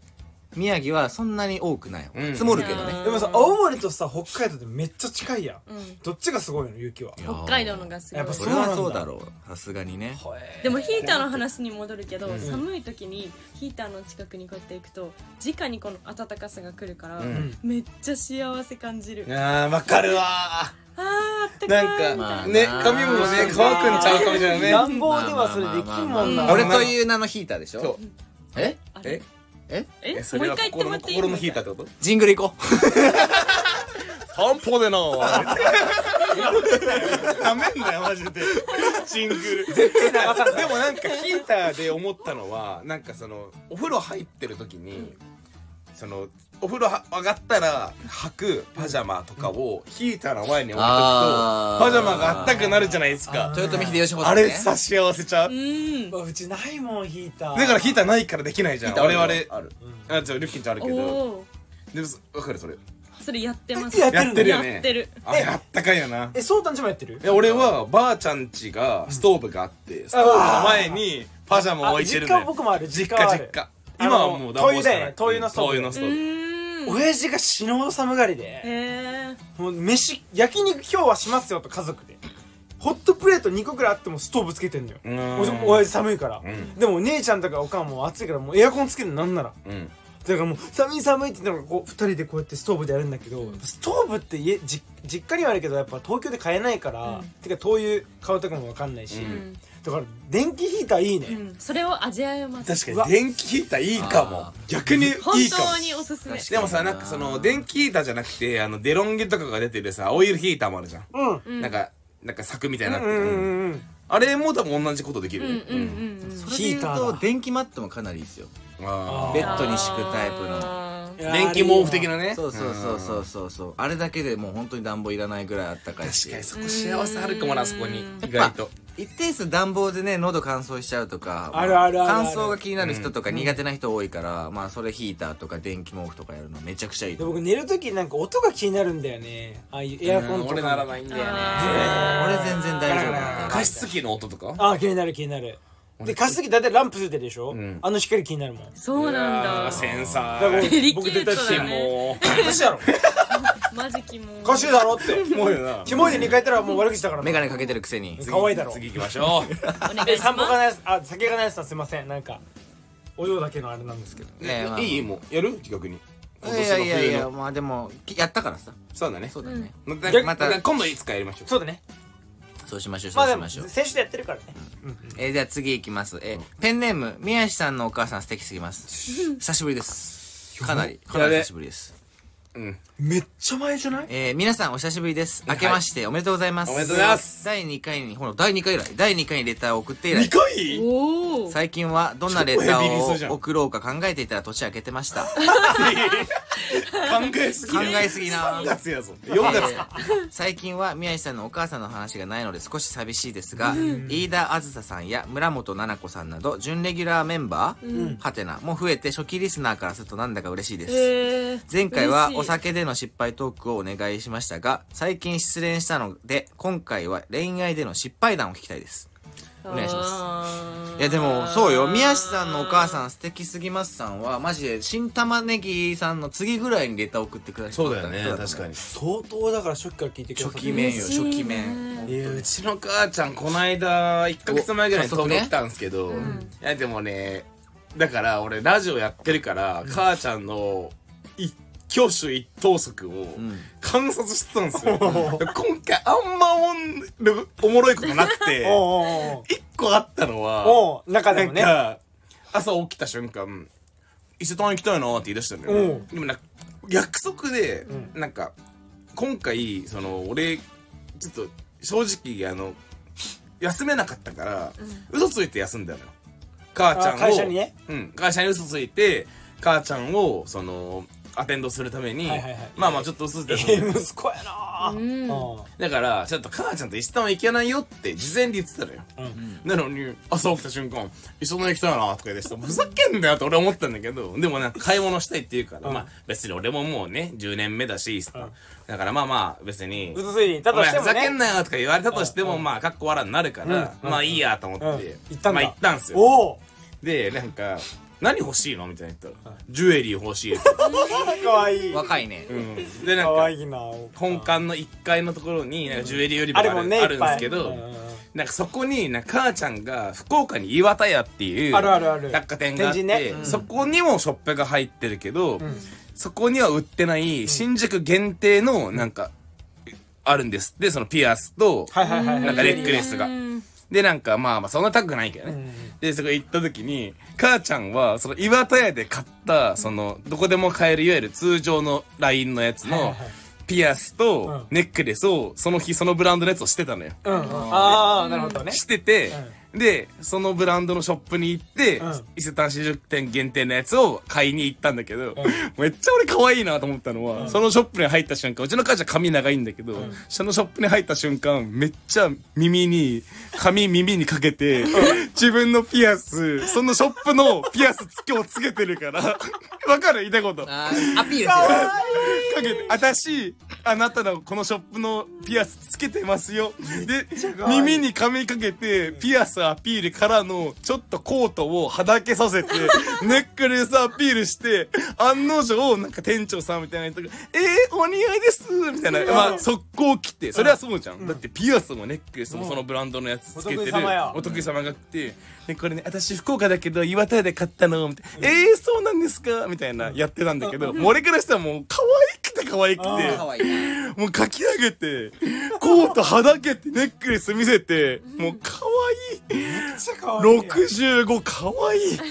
D: 宮城はそんなに多くない、
C: うん
D: 積もるけどね
B: でもさ青森とさ北海道ってめっちゃ近いやん
A: うん
B: どっちがすごいの雪はい
D: やー
A: 北海道のがすごい
B: やっぱ
D: それはそうだろうさすがにね
A: でもヒーターの話に戻るけど、
C: うん
A: 寒い時にヒーターの近くにこうやって行くと直にこの暖かさが来るから、
C: うん
A: めっちゃ幸せ感じる、あ
C: あーわかるわ
A: あーあった
C: ー
A: かい
C: なん
D: ま
C: か
D: あ
C: ね
D: な
C: 髪もね乾くんちゃうかもしれないね
B: 暖房ではそれできんもん
A: まあまあまあ
B: な
A: まあ
D: 俺という名のヒーターでし
C: そ
D: ょえ
A: あれ
C: え
A: え
D: え
A: もう
C: え
A: 一
C: それは
A: 回言って
C: 心
A: もら
C: の
A: っていい
C: 心のヒーターってこと
D: ジングル 行こう
C: 散歩でなぁ。ダメんだよ、マジで。ジングル。でもなんかヒーターで思ったのは、なんかその、お風呂入ってる時に、その、お風呂は上がったら履くパジャマとかをヒーターの前に置いとくと、
D: あー
C: パジャマがあったくなるじゃないですか
B: あ。
D: 豊臣秀吉
C: あれさ、幸せちゃう。
A: うん
B: うちないもんヒーター
C: だからヒーターないからできないじゃん。我々、
D: ある
C: あ、じゃあルッキンちゃんあるけど。
A: おお
C: でも、わかるそれ。
A: それやってます
B: やっ
C: やってるよ
A: や
C: ね
A: っ。てる
C: あれあったかいよな。
B: えそうたんちもやってる
C: いや俺はばあちゃん家がストーブがあって、ストーブの前にパジャマを置いてるの
B: あ実家
C: よ
B: 僕もある
C: 実家
B: 実家はあ
C: 実
B: る
C: 家今はもう暖房してない
B: あの灯油だよね灯油のストー
C: 灯
B: ブ
C: 油のス
A: う
C: トーブ
A: ーん
B: 親父が死ぬほど寒がりで
A: えー、
B: もう飯焼肉今日はしますよと家族でホットプレート2個ぐらいあってもストーブつけてんのよ
C: うーん
B: おじ親父寒いから、
C: ん
B: でも姉ちゃんとかおかんも暑いからもうエアコンつけるのなんなら
C: うん
B: だからもう寒い寒いって言ったのがこう2人でこうやってストーブでやるんだけど、ストーブって家じ実家にはあるけどやっぱ東京で買えないから、てか灯油買うとかも分かんないし、
A: ん
B: だから電気ヒーターいいね、
A: うん、それを味わえます
C: 確かに電気ヒーターいいかも
D: あ
C: 逆にいいかも
A: 本当におすすめ
D: 確
C: でもさなんかその電気ヒーターじゃなくてあのデロンゲとかが出てるさオイルヒーターもあるじゃん、
B: うん
C: なんかなんか柵みたいになって
B: う
C: る、
B: んうんうんうん
C: あれも多分同じことできる
A: う
C: よ
A: ん
C: ね、
A: うんうんうん
D: それで言
B: ヒ
D: う
B: ーター
D: と
B: だ
D: 電気マットもかなりいいですよ
C: あ
D: ベッドに敷くタイプの
A: あー
B: いやー
C: 電気毛布的なね
D: そうそうそうそうそうそうあれだけでもう本当に暖房いらないぐらいあったかいし
C: 確かにそこ幸せあるかもなそこに意
D: や
C: 外
D: っぱ
C: と
D: 一定数暖房でね喉乾燥しちゃうとか
B: あるあるあるあ
D: 乾
B: る
D: 燥が気になる人とか苦手な人多いから、まあそれヒーターとか電気毛布とかやるのめちゃくちゃいい
B: で
D: と思う
B: 僕寝る時なんか音が気になるんだよねああいうエアコンとか
C: 俺ならないんだよね
D: 俺全然大丈夫なんだ
C: 加湿器の音とか
B: ああ気になる気になるで加湿器大体ランプついてるでしょ、
C: ん
B: あの光気になるもんだ
A: そうなん
C: あ
A: だ
C: ーセンサ
B: から
C: ー
B: 僕
A: デリ
B: 僕
A: ケ
B: 出
A: ー
B: た
A: ト
B: し
A: だね
C: も
B: おかしいだろ
A: マジキモ
B: おかしいだろって
C: うもうよな
B: キモいで2回言ったらもう悪口だから
D: 眼鏡かけてるくせに
B: 可愛いだろ
C: 次行きましょ
A: お願い
B: え
A: し
B: 散歩が
A: ま
B: ないですあ酒がないですすいませんなんかお嬢だけのあれなんですけど
C: う
D: ねえまあ
C: いいもうやる逆に
D: いやいやいや
C: の
D: まあでもきやったからさ
C: そうだね
D: そうだね、
C: また
B: 逆
C: また今度いつかやりましょう
B: そうだね
D: そうしましょう
B: まあ
D: そう
B: で
D: し
B: も
D: ましょう、
B: 先週でやってるからね
D: えーじゃあ次行きます、えーペンネーム宮地さんのお母さん素敵す ぎます久しぶりですかなりかなり久しぶりです
C: うん
B: めっちゃ前じゃない
D: えー皆さんお久しぶりです。明けましておめでとうございます。
C: おめでとうございます。
D: 第2回に、ほら、第2回以来、第2回にレターを送って以来
C: 2、回
A: すおお
D: 最近はどんなレタ
C: ちょっとヘビーリストじ
D: ー
C: ゃん
D: を送ろうか考えていたら年明けて ました。考
C: 考えすぎ
D: えすぎな
C: 3月やぞ4月
D: えー最近は宮地さんのお母さんの話がないので少し寂しいですが、飯田あずささんや村本七子さんなど準レギュラーメンバー、ハテナも増えて初期リスナーからするとなんだか嬉しいです。
A: えー
D: 前回は
A: 嬉しい
D: お酒での失敗トークをお願いしましたが最近失恋したので今回は恋愛での失敗談を聞きたいですお願いしま
A: ます
D: いやでもそうよ宮下さんのお母さん素敵すぎますさんはマジで新玉ねぎさんの次ぐらいにレター送ってくださった
C: かに
B: 相当だから初期から聞いてくださ
D: 初
B: って
D: 期面よ
A: 嬉しいね
D: 初期面
C: いやうちの母ちゃんこの間1ヶ月前ぐらいに
D: お早
C: 東
D: 速
C: 京
D: ね
C: 来たんですけど、いやでもねだから俺ラジオやってるから、母ちゃんの一挙手一投足を観察してたんですよ、今回あんまおんるおもろいことなくて
B: おうおうおう
C: 一個あったのは
B: おう中で
C: なん
B: もね
C: か朝起きた瞬間伊勢丹行きたいなって言い出したの
B: う
C: よ
B: ん
C: でもなんか約束で、なんか今回その俺ちょっと正直あの休めなかったから、嘘ついて休んだのよ母ちゃんを
B: あ会社にね
C: うん、会社に嘘ついて母ちゃんをそのアテンドするために、
B: はいはいはい
C: まあまあちょっとずつ
B: え
C: で
B: え息子やな
A: う
B: ぁ
A: ん
C: だからちょっと母ちゃんと石田も行けないよって事前に言ってたのよ、なのに朝起きた瞬間「石田も行きたいな」とか言ってさふざけんなよって俺思ったんだけどでもなんか買い物したいって言うから、まあ別に俺ももうね10年目だし、だからまあまあ別に
B: うつついにいた
C: お
B: と
C: 前
B: して
C: ふ
B: も
C: ざけん
B: ね
C: なよとか言われたとしても、まあ、かっこわらになるから、
B: うん
C: まあいいやと思って、
B: うん行ったんだ
C: まあ行ったんすよ。
B: おお
C: で、なんか、何欲しいのみたいな言ったら、ジュエリー欲しいって。
B: かわいい
D: 若いね
C: うんで、なん
B: かわ
C: か、
B: いいなぁ
C: 本館の1階のところに、なんかジュエリーよりも
B: あ
C: あ
B: れ
C: る
B: もんね
C: あ
B: い
C: る
B: っ
C: んで
B: ぱ
C: す
B: い
C: け
B: う
C: ど
B: ん、うんうん
C: なんかそこに、なんか母ちゃんが福岡に岩田屋っていう、
B: あるあるある
C: 百貨店があって、
B: 天神ねうん
C: そこにもショップが入ってるけど、
B: ん
C: そこには売ってない新宿限定のなんか、あるんですってそのピアスと
B: はいはいはいはい
C: なんかレックレスが
A: うん
C: でなんかまあまあそんな高くないけどね、
B: ん
C: でそこ行った時に母ちゃんはその岩田屋で買ったそのどこでも買えるいわゆる通常のラインのやつ
B: はいはい
C: の
B: はい
C: ピアス
B: うん
C: とネックレスをその日そのブランドのやつをしてたのよ
B: うんうんああなるほどね
C: してて、でそのブランドのショップに行って、
B: うん
C: 伊勢丹40店限定のやつを買いに行ったんだけど、めっちゃ俺可愛いなと思ったのは、そのショップに入った瞬間うちの母ちゃん髪長いんだけど、そのショップに入った瞬間めっちゃ耳に髪耳にかけて、自分のピアスそのショップのピアスつ今日つけてるから わかる言いたいこと
D: あーアピールして
C: かけて私あなたのこのショップのピアスつけてますよで耳に髪かけてピアスアピールからのちょっとコートをはだけさせてネックレスアピールして案の定なんか店長さんみたいな人が「えー、お似合いです」みたいな、まあ、速攻来てそれはそうじゃん、だってピアスもネックレスもそのブランドのやつつけてる
B: お得意様や
C: お得意様が来て、でこれね私福岡だけど岩田屋で買ったのみたいな、えー、そうなんですかみたいなやってたんだけど、もう俺からしたらもう可愛くて可愛く
D: るか
C: て
D: わいいな
C: もうかき上げてコートはだけてネックレス見せてもう可愛い
B: めっちゃ可愛い
C: 65可愛い
D: いいね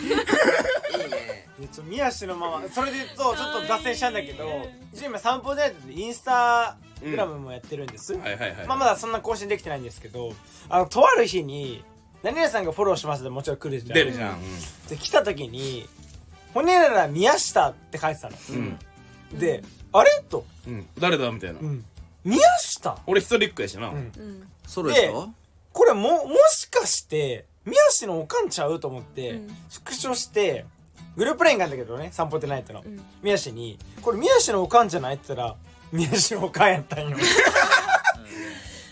B: いやちょ宮氏のままそれでそうちょっと脱線したんだけど一応今散歩ダイエットでインスタグラムもやってるんです、
C: はいはいはい
B: まあ、まだそんな更新できてないんですけどあのとある日に何々さんがフォローしますでもちろん来るじゃん
C: 出るじゃん、
B: で来た時に「骨なら宮下」って書いてたの、
C: うん
B: で「あれ?」と
C: うん、誰だみたいな、
B: 「うん、宮下
C: 俺一人っ子やしな、
B: ん
A: うん
D: ソロでしょ
B: これももしかして宮下のおかんちゃう?」と思って、
A: うん
B: スクショしてグループラインがあるんだけどね散歩ってないっての、
A: ん
B: 宮下に「これ宮下のおかんじゃない?」って言ったら「宮下のおかんやったんよ」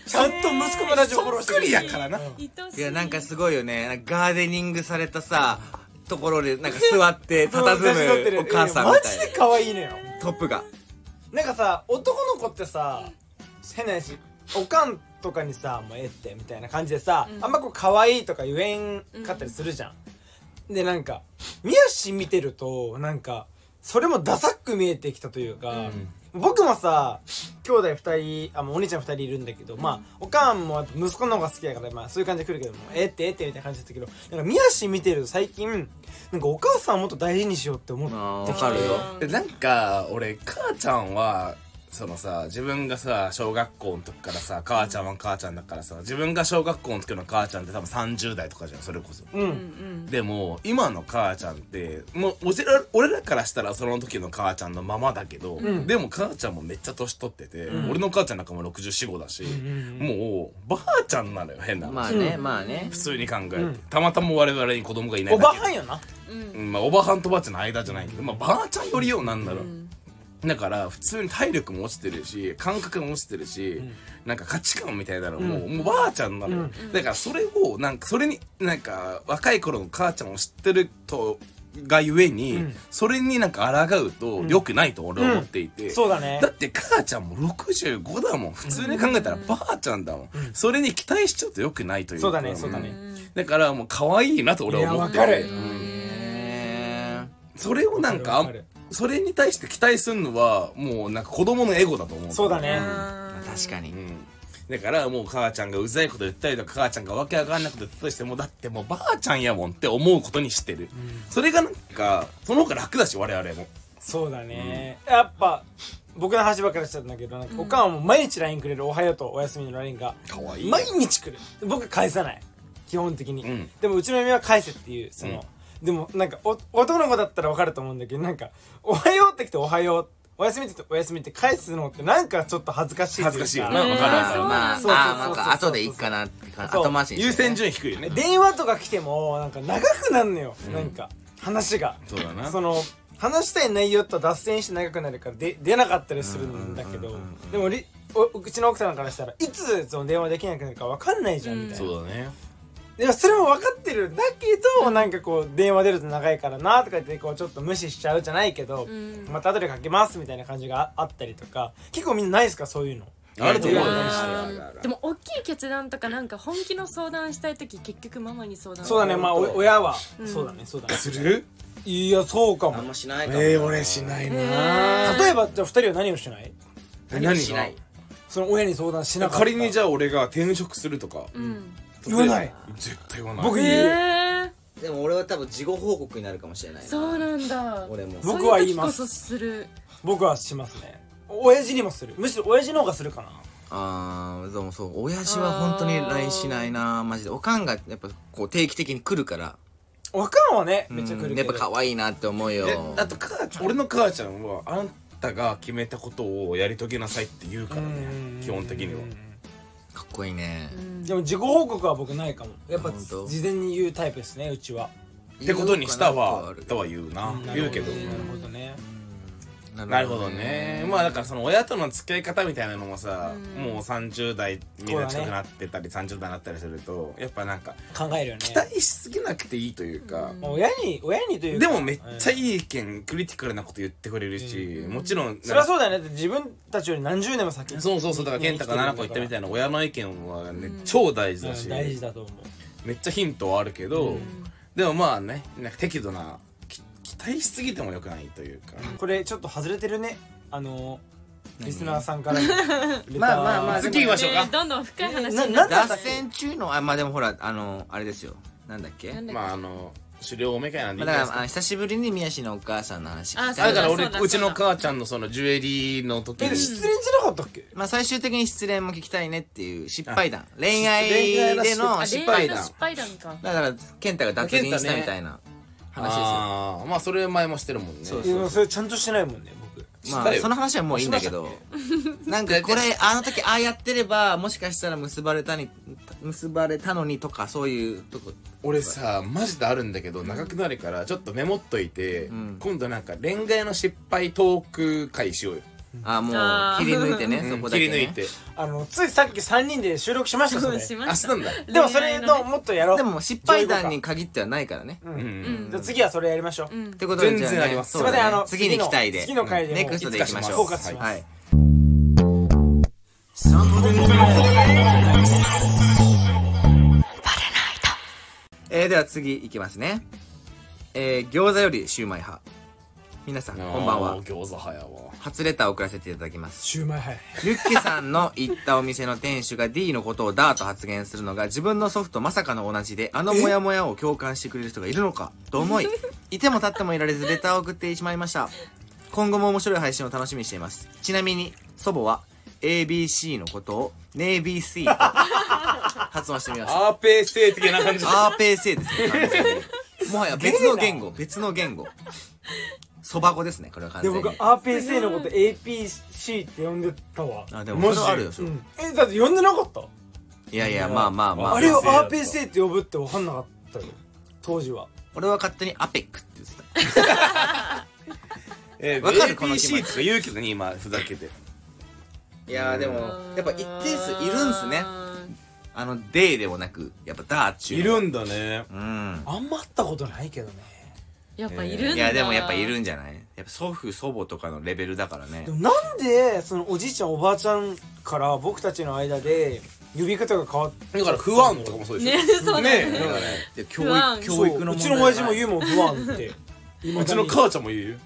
B: ちゃんと息子がラジオフォローして
C: そっくりやからな、
A: 愛し
D: いやなんかすごいよねなんかガーデニングされたさところでなんか座 って
B: そう
D: 佇
B: 写真撮ってる
D: むお母さんみ
B: マ
D: た
B: ジ
D: い
B: で可愛いのよ
D: なトップが
B: なんかさ男の子ってさ変な話おかんとかにさ「もうええって」みたいな感じでさ、あんまこう可愛いとか言えんかったりするじゃん、でなんか宮氏見てるとなんかそれもダサく見えてきたというか、僕もさ兄弟2人あもうお兄ちゃん2人いるんだけど、まあおかんもやっぱ息子の方が好きだから、まあ、そういう感じで来るけどもええってええってみたいな感じだったけどなんか宮氏見てると最近なんかお母さんをもっと大事にしようって思って
D: あーわかるよ
C: でなんか俺母ちゃんはそのさ自分がさ小学校の時からさ母ちゃんは母ちゃんだからさ自分が小学校の時の母ちゃんって多分30代とかじゃんそれこそ、
B: うん、
C: でも今の母ちゃんってもうおじら俺らからしたらその時の母ちゃんのままだけど、でも母ちゃんもめっちゃ年取ってて、俺の母ちゃんなんかもう645だし、もうばあちゃんなのよ変な話、
D: まあねまあね
C: 普通に考えて、たまたま我々に子供がいない
B: お
C: だけで
B: ばはんよな
C: うんまあ、おばはんとばあちゃんの間じゃないけど、まあ、ばあちゃんよりよなんだろう、だから普通に体力も落ちてるし感覚も落ちてるし、なんか価値観みたいなのも、もうばあちゃんなのよ、だからそれをなんかそれになんか若い頃の母ちゃんを知ってるとがゆえに、それになんか抗うと良くないと俺は思っていて、
B: そうだね
C: だって母ちゃんも65だもん普通に考えたらばあちゃんだもん、それに期待しちゃうと良くないというか
B: そうだねそうだね、
C: だからもう可愛いなと俺は思って
B: いやわかる
C: うん
D: え
C: それをなんか
B: わかる
C: それに対して期待するのはもうなんか子供のエゴだと思う
B: そうだね、
D: ーまあ確か
C: う
D: に
C: んだからもう母ちゃんがうざいこと言ったりとか母ちゃんがわけわかんないこと言ったとしてもだってもうばあちゃんやもんって思うことにしてる、それがなんかその方が楽だし我々も
B: そうだね、やっぱ僕の話ばっかりしちゃったんだけどなんかおかんはもう毎日 LINE くれる「おはよう」と「おやすみ」の LINE が
C: かわいい
B: 毎日くる僕は返さない基本的に、
C: うん
B: でもうちの嫁は返せっていうその、でもなんかお男の子だったらわかると思うんだけどなんか「おはよう」って来て「おはよう」おやすみって言って「おやすみ」って返すのってなんかちょっと恥ずかしいというか
C: 恥ずかしいよ
D: まあ
C: な
D: わ
A: わ
D: か
A: か
D: る
A: る
D: わ
A: わかる
D: かるまあ
A: そう
D: ま
B: な
D: あ
B: んだそうそうそ
D: なん
B: う
D: か後でいいかなって感じ
B: そう
D: 後回しにして
C: 優先順位低いよね
B: 電話とか来てもなんか長くなんのよ、なんか話が
C: そうだな
B: その話したい内容と脱線して長くなるからで出なかったりするんだけど、でもりおうちの奥さんからしたらいつその電話できなくなるか分かんないじゃんみたいな、
C: そうだね
B: でもそれも分かってるんだけど、なんかこう電話出ると長いからなとか言ってこうちょっと無視しちゃうじゃないけど、
A: ん
B: また後でかけますみたいな感じがああったりとか結構みんなないですかそういうの
C: あると思うよ
A: あーでも大きい決断とかなんか本気の相談したい時結局ママに相談
B: そうだねまあお親は、そうだねそうだね
C: する
B: いやそうか
D: あん
B: も
D: ましないかも
C: えー俺しないな
B: 例えばじゃあ2人は何をしない
D: 何もしない
B: その親に相談しなかった
C: 仮にじ
B: ゃ
C: ゃあ俺が転職するとか
A: うん
B: 言わない
C: 絶対言わない
B: 僕
A: へ
B: 言う
A: え
D: でも俺は多分事後報告になるかもしれないな
A: そうなんだ
D: 俺も
B: 僕は言います
A: そうう時こそする
B: 僕はしますね親父にもするむしろ親父の方がするかな
D: ああでもそう親父は本当に LINE しないなマジでおかんがやっぱこう定期的に来るから
B: わかんはねめっちゃ来る
D: や
B: け
D: っ
B: ど
D: ぱ可愛いなって思うよ
C: えあと母ちゃん俺の母ちゃんはあんたが決めたことをやり遂げなさいって言うから
B: うん
C: ね基本的には
D: かっこいいね
B: でも自己報告は僕ないかもやっぱ
D: あ本当
B: 事前に言うタイプですねうちは
C: ってことにしたわ
D: 言おうか
C: とは言うな言うけど
B: なるほどね
D: な
C: なるほどねまあだからその親との付き合い方みたいなのもさもう30代みんな近くなってたり30代になったりするとやっぱなんか
B: 考えるよね
C: 期待しすぎなくていいというか
B: まあ親に親にというか
C: でもめっちゃいい意見クリティカルなこと言ってくれるしもちろん
B: そりゃそうだよねだって自分たちより何十年も先
C: そうそうそうだから健太が奈々子言ったみたいな親の意見はね超大事だ
B: う
C: し
B: ん大事だと思う
C: めっちゃヒントはあるけど、でもまあねなんか適度なき期待しすぎてもよくないというか、
B: これちょっと外れてるねあのリスナーさんから
C: まあまあまあ
B: レター
C: 次行きましょうか
A: ねどんどん深い話に
B: な
A: な
B: な
A: っ
B: ん
A: て
B: だっ
D: 脱
B: たっけ
D: 線中のあまあでもほらあのあれですよなんだっけ
A: なんだっけ
C: まああの狩猟おめかいなんで
D: まあ
C: いいんじ
D: だ
C: ゃ
D: か
C: ないです
D: らあ久しぶりに宮氏のお母さんの話聞き
C: か
D: た
A: あ
D: い
C: だから俺
A: そうだそうだ
C: うちの母ちゃんのそのジュエリーの時
B: え
C: に
B: 失恋じゃなかったっけ
D: まあ最終的に失恋も聞きたいねっていう失敗談恋愛
C: 恋愛の
D: で
C: 失
D: の
C: 敗
D: 失
A: 失
D: 敗
A: 敗
D: 談
A: 談失敗談か
D: だから健太が脱輪したみたいな話ですよ
C: あーまあそれ前もしてるもんね
D: そう
B: いやそれちゃんとしてないもんね僕
D: ま
C: し
D: あ
C: たよ
D: その話はもういいんだ けどなんかこれあの時ああやってればもしかしたら結ばれたに結ばれたのにとかそういうとこ
C: 俺さマジであるんだけど長くなるからちょっとメモっといて、今度なんか恋愛の失敗トーク会しようよ、
D: あもう
A: あー
D: 切り抜いてね
C: うん
D: そこだ
C: 切
D: け
C: り
D: ね
C: 抜いて
B: あのついさっき3人で収録しましたそ
A: そう
B: れ
A: し
C: あ
A: ま
C: し
A: した
C: たんだ
B: でもそれ
A: 恋愛
B: の
A: のね
B: もっとやろう
D: でも失敗談に限ってはないからね
B: うん
C: うん
B: じゃあ次はそれやりましょう、
D: ってことでじ
C: 全
D: ゃ
C: 然あ
D: あ
C: り
D: ね
C: ます
D: そ
B: すいうま
D: だね
B: せんあの
D: 次に期待で
B: 次の回で
D: ネ
B: も
D: クストでいきましょう
B: いつかします
D: はいえー、では次いきますねえー、餃子よりシューマイ派皆さんこんばん
C: あ
D: は
C: ー餃子早わ
D: 初レターを送らせていただきます
B: シューマイはい
D: ユッケさんの行ったお店の店主が D のことをダーと発言するのが自分の祖父とまさかの同じであのモヤモヤを共感してくれる人がいるのかと思いいても立ってもいられずレターを送ってしまいました今後も面白い配信を楽しみにしていますちなみに祖母は ABC のことをネイビー C と発音してみました
C: アーペー性的な感じ
D: アーペーセーですね完全にもはや別の言語別の言語そば語ですねこれは完
B: で
D: 全に
B: 僕 RPC のこと APC って呼んでたわ
D: あでもそれはあるでしょ、
B: うんえだって呼んでなかった
D: いやいやまあまあまあ
B: あれを
C: RPC だった
B: RPC って呼ぶって分かんなかったよ当時は
D: 俺は勝手にアペックって言ってた
C: えー、
D: わかるこの気持
C: APC
D: ち
C: とか言うけどね今ふざけて
D: いやーでもやっぱ一定数いるんすねあの「デイ」でもなくやっぱ「ダー」っちゅうの
C: んだね
D: うん
B: あんま会ったことないけどね
A: やっぱいるんだ
D: いやでもやっぱいるんじゃないやっぱ祖父祖母とかのレベルだからね
B: でもなんでそのおじいちゃんおばあちゃんから僕たちの間で呼び方が変わって
C: だから不安とかもそうでしょ
A: ねそうだね
C: ねなんかね
D: で教
A: 不安
D: 育教育の問題
B: うちの親父も
D: う
B: 言うもん不安って
C: うちの母ちゃんも言うよ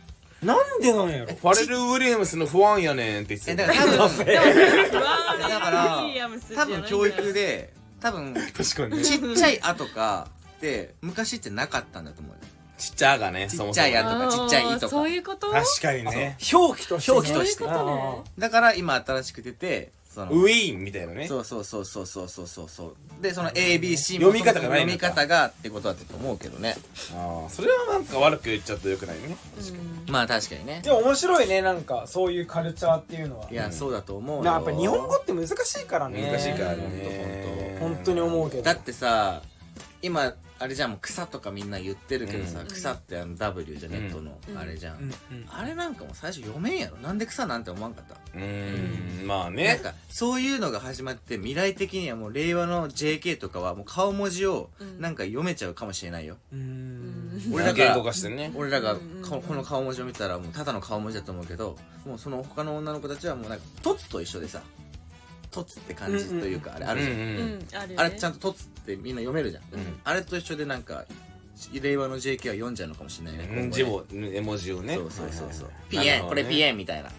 B: なんでなんやろ
C: ファレル・ウィリアムスの不安やねんって言って
D: え
C: た
D: だ
C: よ
D: から多分でも
A: うわー
D: だから
A: ウィリアムスじゃな
D: 多
A: いんだ
D: 分教育で多分
C: 確かにね
D: ちっちゃい「あ」とかで昔ってなかったんだと思うよ
C: ちっちゃがね
D: ち
C: そも
D: っ
C: そ
D: ち
C: も
D: ゃいやとかちっちゃいいとか
A: そういうこと
C: 確かにね
B: 表記としてね
D: 表記として
A: そういうこ
D: だから今新しく出てその
C: ウィーンみたいなね
D: そうそうそうそうそうそうそうそうでその ABC
C: 読み方がない
D: 読
C: の
D: み
C: か
D: 方がってことだったと思うけどね
C: ああそれはなんか悪く言っちゃってよくないね
A: とね
D: まあ確かにね
B: でも面白いねなんかそういうカルチャーっていうのはい
D: やそうだと思うよ
B: なやっぱ日本語って難しいからね
C: 難しいからね
D: ね
B: 本当に思うけど
D: だってさ今あれじゃんもう草とかみんな言ってるけどさ、
C: うん
D: 草ってあの W じゃんネ
C: うん
D: ットのあれじゃん、
B: うん
D: あれなんかもう最初読めんやろなんで草なんて思わんかった
C: うーんまあ
D: なん
C: ね
D: かそういうのが始まって未来的にはもう令和の JK とかはもう顔文字を
A: うん
D: なんか読めちゃうかもしれないよ、
B: うんうん
D: 俺らが
C: 言語化してね
D: 俺らが
A: うん
D: かこの顔文字を見たらもうただの顔文字だと思うけどもうその他の女の子たちはもうなんか「トツ」と一緒でさ「トツ」って感じというかあれあ
C: あ
D: るじゃん、
A: うんんあるよね
D: あれちゃんと「トツ」ってみんな読めるじゃん、
A: うん
D: あれと一緒でなんか令和の JK は読んじゃうのかもしれないね今後ね
C: 字を絵文字をね
D: そうそうそうそう「
C: はいはい
D: PN、これ
C: なるほどね
D: PN」みたいな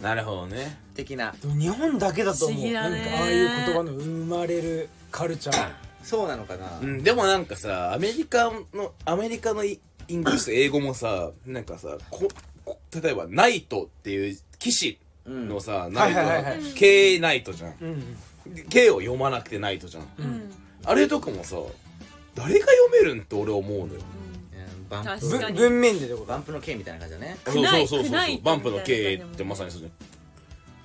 C: なるほどね
D: 的な
B: でも日本だけだと思
A: 不
B: う、
A: 思議だ
B: なん
A: ね
B: かああいう言葉の生まれるカルチャー
D: そうなのかな、
C: うんでもなんかさアメリカのアメリカのイイングリッシュと英語もさなんかさここ例えばナイトっていう騎士のさ、ナイト
B: はいはいはい
C: が
B: は
C: K ナイトじゃん
B: うん、
C: で K を読まなくてナイトじゃん
A: うんうん
C: あれとかもさ誰が読めるんって俺は思うのよ
D: うんバンプ
A: 確か
B: ぶ
A: に
B: 文面でってこと
D: バンプの K みたいな感じだね
C: そうそうそう
A: く
C: そう
A: ない
C: バンプの K ってまさにそうじ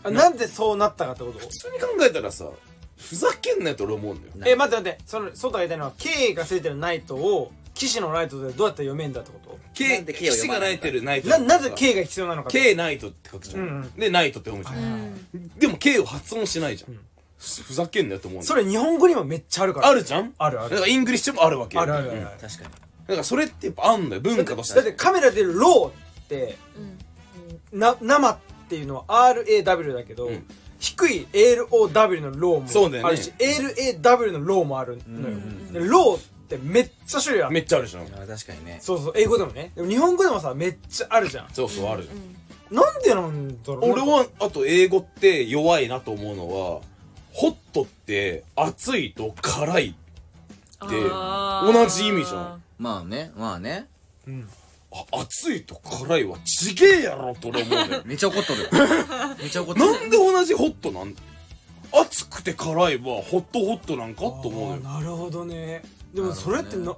C: ゃん
B: あなんでそうなったかってこと
C: 普通に考えたらさふざけんなよって俺思うんだよ
D: ない
B: え待って待ってその外が言いたいのは K がついてるナイトを騎士のライトでどうやって読めんだってこ
C: K
D: なんで K を
C: 騎士
D: 読ま
C: が
D: な
C: ない
D: の
C: い
D: か
C: てるナイ
B: と
C: ト
B: ななぜ K が必要なのか
C: K ナイトって書くじゃん、
B: うんうん
C: でナイトって読むじゃん、
A: うん
C: でも K を発音しないじゃん、ふふざけんなよって思うんだよ
B: それ日本語にもめっちゃあるから
C: あるじゃん
B: あるある
C: だからイングリッシュもあるわけよ
B: あるあるあ
C: う
B: る
C: ん
B: あ
C: だ
B: る
D: 確かに
C: からそれってやっぱあんだよ文化として
B: だってカメラでローって
A: うん
B: な生っていうのは RAW だけど、
C: うん
B: 低い LOW のロ
C: そうだ
B: ー
C: よね
B: もあるし、LAW のローもあるのよ、
D: うん
B: でローってめっちゃ種類あ
C: め
B: る
C: っちゃあるじゃん
D: あ確かにね
B: そうそう英語でもねでも日本語でもさめっちゃあるじゃん
C: そうそうあるじゃん、
B: なんでなんだろう
C: 俺はあと英語って弱いなと思うのはホットって熱いと辛いで
A: あー
C: 同じ意味じゃん
D: まあねまあね
B: うん
C: あ熱いと辛いはちげえやろと俺思 うんだよ
D: めちゃ怒っとる よめちゃ怒っとる
C: なんで同じホットなん熱くて辛いはホットホットなんかと思うよ
B: あーなるほどねでも
D: なる
B: そ
D: ほど
B: れっ
D: ね
B: てなど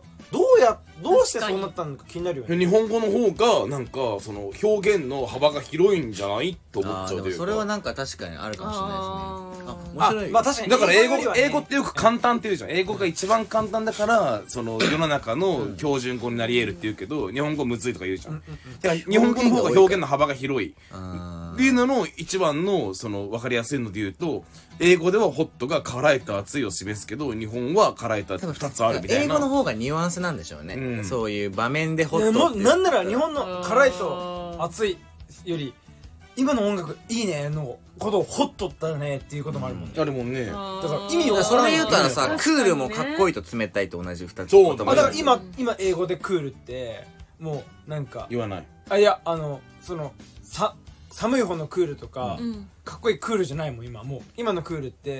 B: うやどうしてそうなったのか気になるよね
C: 日本語の方がなんかその表現の幅が広いんじゃないと思っ
D: あ
C: ちゃ
D: ー
C: うとい
D: でも
C: うか
D: それはなんか確かにあるかもしれないですねあ
B: あ
D: 面白い
B: まあ確かに
C: だから英語
B: よりはね
C: 英語ってよく簡単って言うじゃん英語が一番簡単だからその世の中の標準語になり得るって言うけど日本語むずいとか言うじゃんだから日本語の方が表現の幅が広い
D: あ
C: っていうのの一番のその分かりやすいので言うと英語ではホットが辛いと熱いを示すけど日本は辛いと熱い2つあるみたい
D: 英語の
C: な
D: 方がニュアンスなんでしょうね、
C: うん
D: そういう場面でホ
B: いや
D: ット
B: もう
D: って
B: なんなら日本の辛いと熱いより今の音楽いいねのことをホットだねっていうこともあるもんね、
C: あれもんね
B: だから意味を
D: だからそれで言うとあの
B: あ
D: さ、
B: ー
D: クールもかっこい
A: い
D: いと冷たいと同じ二つ
C: そう
D: 言葉
B: あだから
D: に
B: 今、今英語でクールってもうなんか
C: 言わない
B: あいやあのそのさ寒い方のクールとか、
A: うん
B: かっこいいクールじゃないもん今もう今のクールって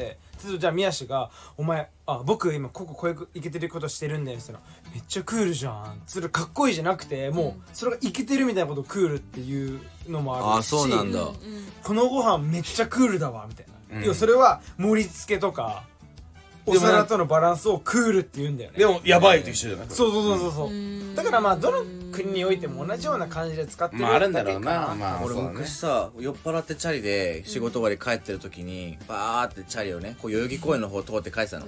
B: 例えばじゃあ宮氏が「お前あ僕今こここういけてることしてるんだよ」みたいな「めっちゃクールじゃん」それかっこいいじゃなくてもうそれがいけてるみたいなことをクールっていうのもあるし
D: あそうなんだ
B: このご飯めっちゃクールだわみたいな、
C: うん
B: 要はそれは盛り付けとかお
C: でもな
B: 皿とのバランスをクールって言うんだよね
C: でもやばいと一緒じゃない
B: そうそうそうそうそう、
A: ん
B: だからまあどの国においても同じような感じで使ってる
C: まああるんだろう
B: けか
C: なまあ
D: 俺
C: そうだね
D: 昔さ、酔っ払ってチャリで仕事終わり帰ってる時に、バーってチャリをね、こう代々木公園の方通って帰ってたの。
B: ん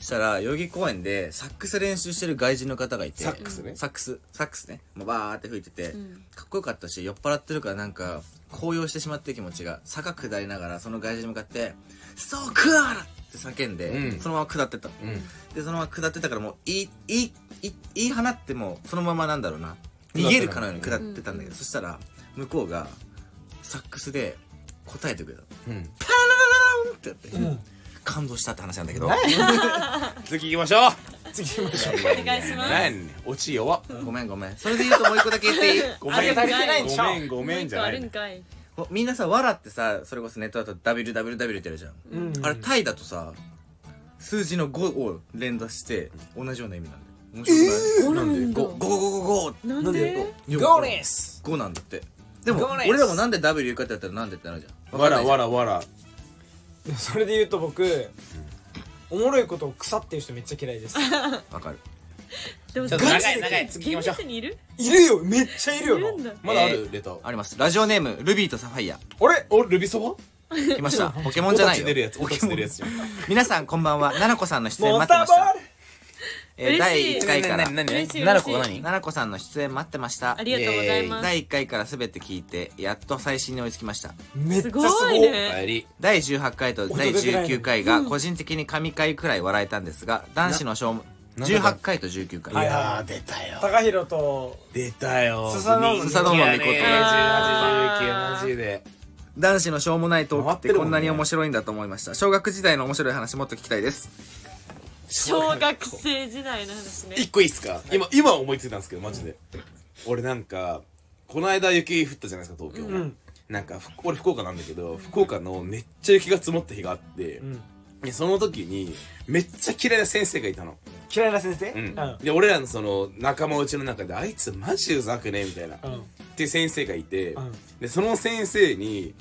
D: したら、代々木公園でサックス練習してる外人の方がいて、
C: サックスね
D: サックス、サックスね。もうバーって吹いてて、
A: ん
D: かっこよかったし、酔っ払ってるからなんか、高揚してしまって気持ちが、坂下りながらその外人に向かって、そうクールって叫んで、
C: うん
D: そのまま下ってったの。
C: うん
D: でそのまま下ってたからもういいいいいいい放ってもそのままなんだろうな逃げるかのように下ってたんだけど、そしたら向こうがサックスで答えてくれたの
C: うん
D: パララランってやって、感動したって話なんだけど
C: 次行きましょう
B: 次行きましょう
A: お願いします
C: 何落ち弱
D: ごめんごめんそれで言うともう一個だけ言っていい
C: ご
B: あ
C: め
B: れ
C: ん
B: が足りてないんでしょ
C: ごめんごめんじゃな
A: もう
C: い
A: 一個あるんかい
D: おみんなさ「わら」ってさそれこそネットだと「WWW」ってやるじゃん、
B: うん
D: あれタイだとさ数字の5を連打して同じような意味なんだよ面白くない、
A: えー
D: なんで
A: ゴ
D: ゴ
A: ーなんだ
D: ゴゴゴゴゴ
A: なんで
D: ゴ
B: ゴーレス
D: ゴなんだってでも
B: ゴーレス
D: 俺らもなんで W 言うかってやったらなんでってなるじゃん
C: わらわ
D: ら
C: らわら
B: それで言うと僕おもろいことを腐っていう人めっちゃ嫌いです
D: わかる
A: でも
C: ちょっと長い長い次行きましょう
A: 現実にいる
B: いるよめっちゃいる
A: い
B: よ
A: るん
B: な
A: だ
C: まだあるレター
D: ありますラジオネームルビーとサファイア
B: 俺
C: おルビそば
D: 来ましたポケモンじゃない
C: お
D: よ
C: 出るやつおち出るや つじゃん
D: 皆さんこんばんは奈々子さんの出演
B: モ
D: 待
B: ン
D: っ
B: ス
D: て
B: タ
D: ま
B: ー
D: し
B: ボ
D: た
B: ール
D: えー第1回から奈
A: 嬉しい
C: 奈々子
A: 嬉
C: が
A: しい
C: 何
D: 々子さんの出演待ってました
A: ありがとうございます
D: 第1回から全て聞いてやっと最新に追いつきました
B: めっちゃすご
A: すごい
B: い
A: ね
C: 帰り
D: 第18回と第19回が個人的に神回くらい笑えたんですが男子の勝負
C: ななんだ
D: 18回と19
C: い
B: は
D: 回
B: い
C: やー出たよ
B: 高弘と
C: 出たよ
B: スサノオの
D: スサノオの猫と
C: 1819マジで
D: 男子のしょうもないトークっ
C: 回って
D: て
C: る
D: こ
C: もんね
D: んなに面白いんだと思いました小学時代の面白い話もっと聞きたいです
A: 小学生時代の話ね
C: 一個いいっすか今今思いついたんですけどマジで俺なんかこの間雪降ったじゃないですか東京、
B: ん
C: なんかふ俺福岡なんだけど福岡のめっちゃ雪が積もった日があって、
B: ん
C: でその時にめっちゃ嫌いな先生がいたの、
B: 嫌いな先生
C: う
B: うんん
C: で俺らのその仲間内の中であいつマジうざくねみたいな、
B: うん
C: っていう先生がいて、
B: うん
C: でその先生に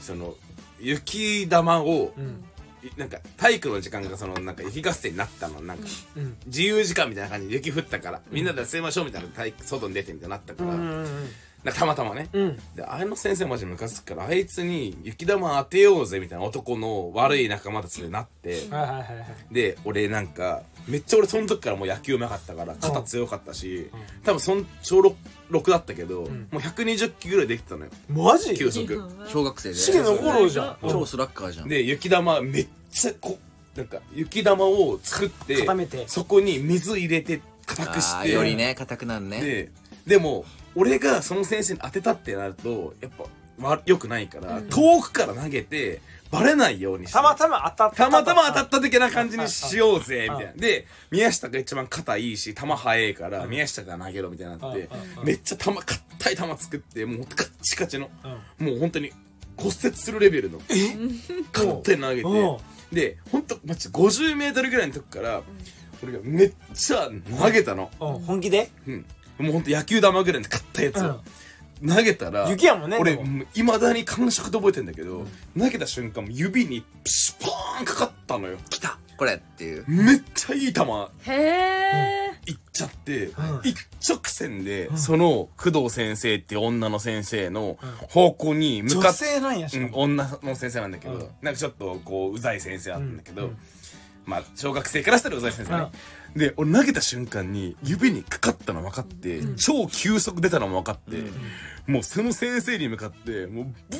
C: その雪玉を、
B: ん
C: いなんか体育の時間がそのなんか雪合戦になったのなんか、
B: うん
C: 自由時間みたいな感じで雪降ったから、みんなで集めましょうみたいな体育外に出てみたいになったから、
B: うん
C: なんかたまたまね、
B: うん
C: であの先生マジムカつくからあいつに雪玉当てようぜみたいな男の悪い仲間たちでなって、
B: はいはいはいはい
C: で俺なんかめっちゃ俺その時からもう野球うまかったから肩強かったし、多分そん小 6, だったけど、もう120球ぐらいできてたのよ
B: マジ
C: 球速
D: 小学生で
B: シゲの頃じゃん
D: 超スラッガーじゃん
C: で雪玉めっちゃこなんか雪玉を作って
B: 固めて
C: そこに水入れて固くし
D: あ
C: て
D: ーよりね硬くなるね
C: ででも俺がその先生に当てたってなるとやっぱわ良くないから、遠くから投げてバレないようにして
B: たまたま当たった
C: たまたま当たった的な感じにしようぜみたいなで宮下が一番肩いいし球速いから宮下が投げろみたいになって
B: うんうん
C: めっちゃ球硬い球作ってもうカッチカチの
B: う
C: もう本当に骨折するレベルの勝手に投げて
B: うん
C: で本当マジ 50m ぐらいのとこから俺がめっちゃ投げたの、
B: うん本気で
C: うん、もう本当野球玉ぐらいの硬いやつを、投げたら
B: 雪やもんね
C: 俺
B: でも
C: いまだに感触で覚えてんだけど、投げた瞬間指にピシュポーンかかったのよ
D: 来たこれっていう
C: めっちゃいい球
A: へえ
C: いっちゃって、
B: ん
C: 一直線で、その工藤先生っていう女の先生の方向に向かって、
B: 女性なんやし
C: う
B: か
C: ん
B: も
C: 女の先生なんだけど、
B: うん
C: なんかちょっとこううざい先生なんだけど、
B: うんうん
C: まあ小学生からしたらうざい先生ね、で俺投げた瞬間に指にかかったの分かって、超急速出たのも分かって、もうその先生に向かってもうブ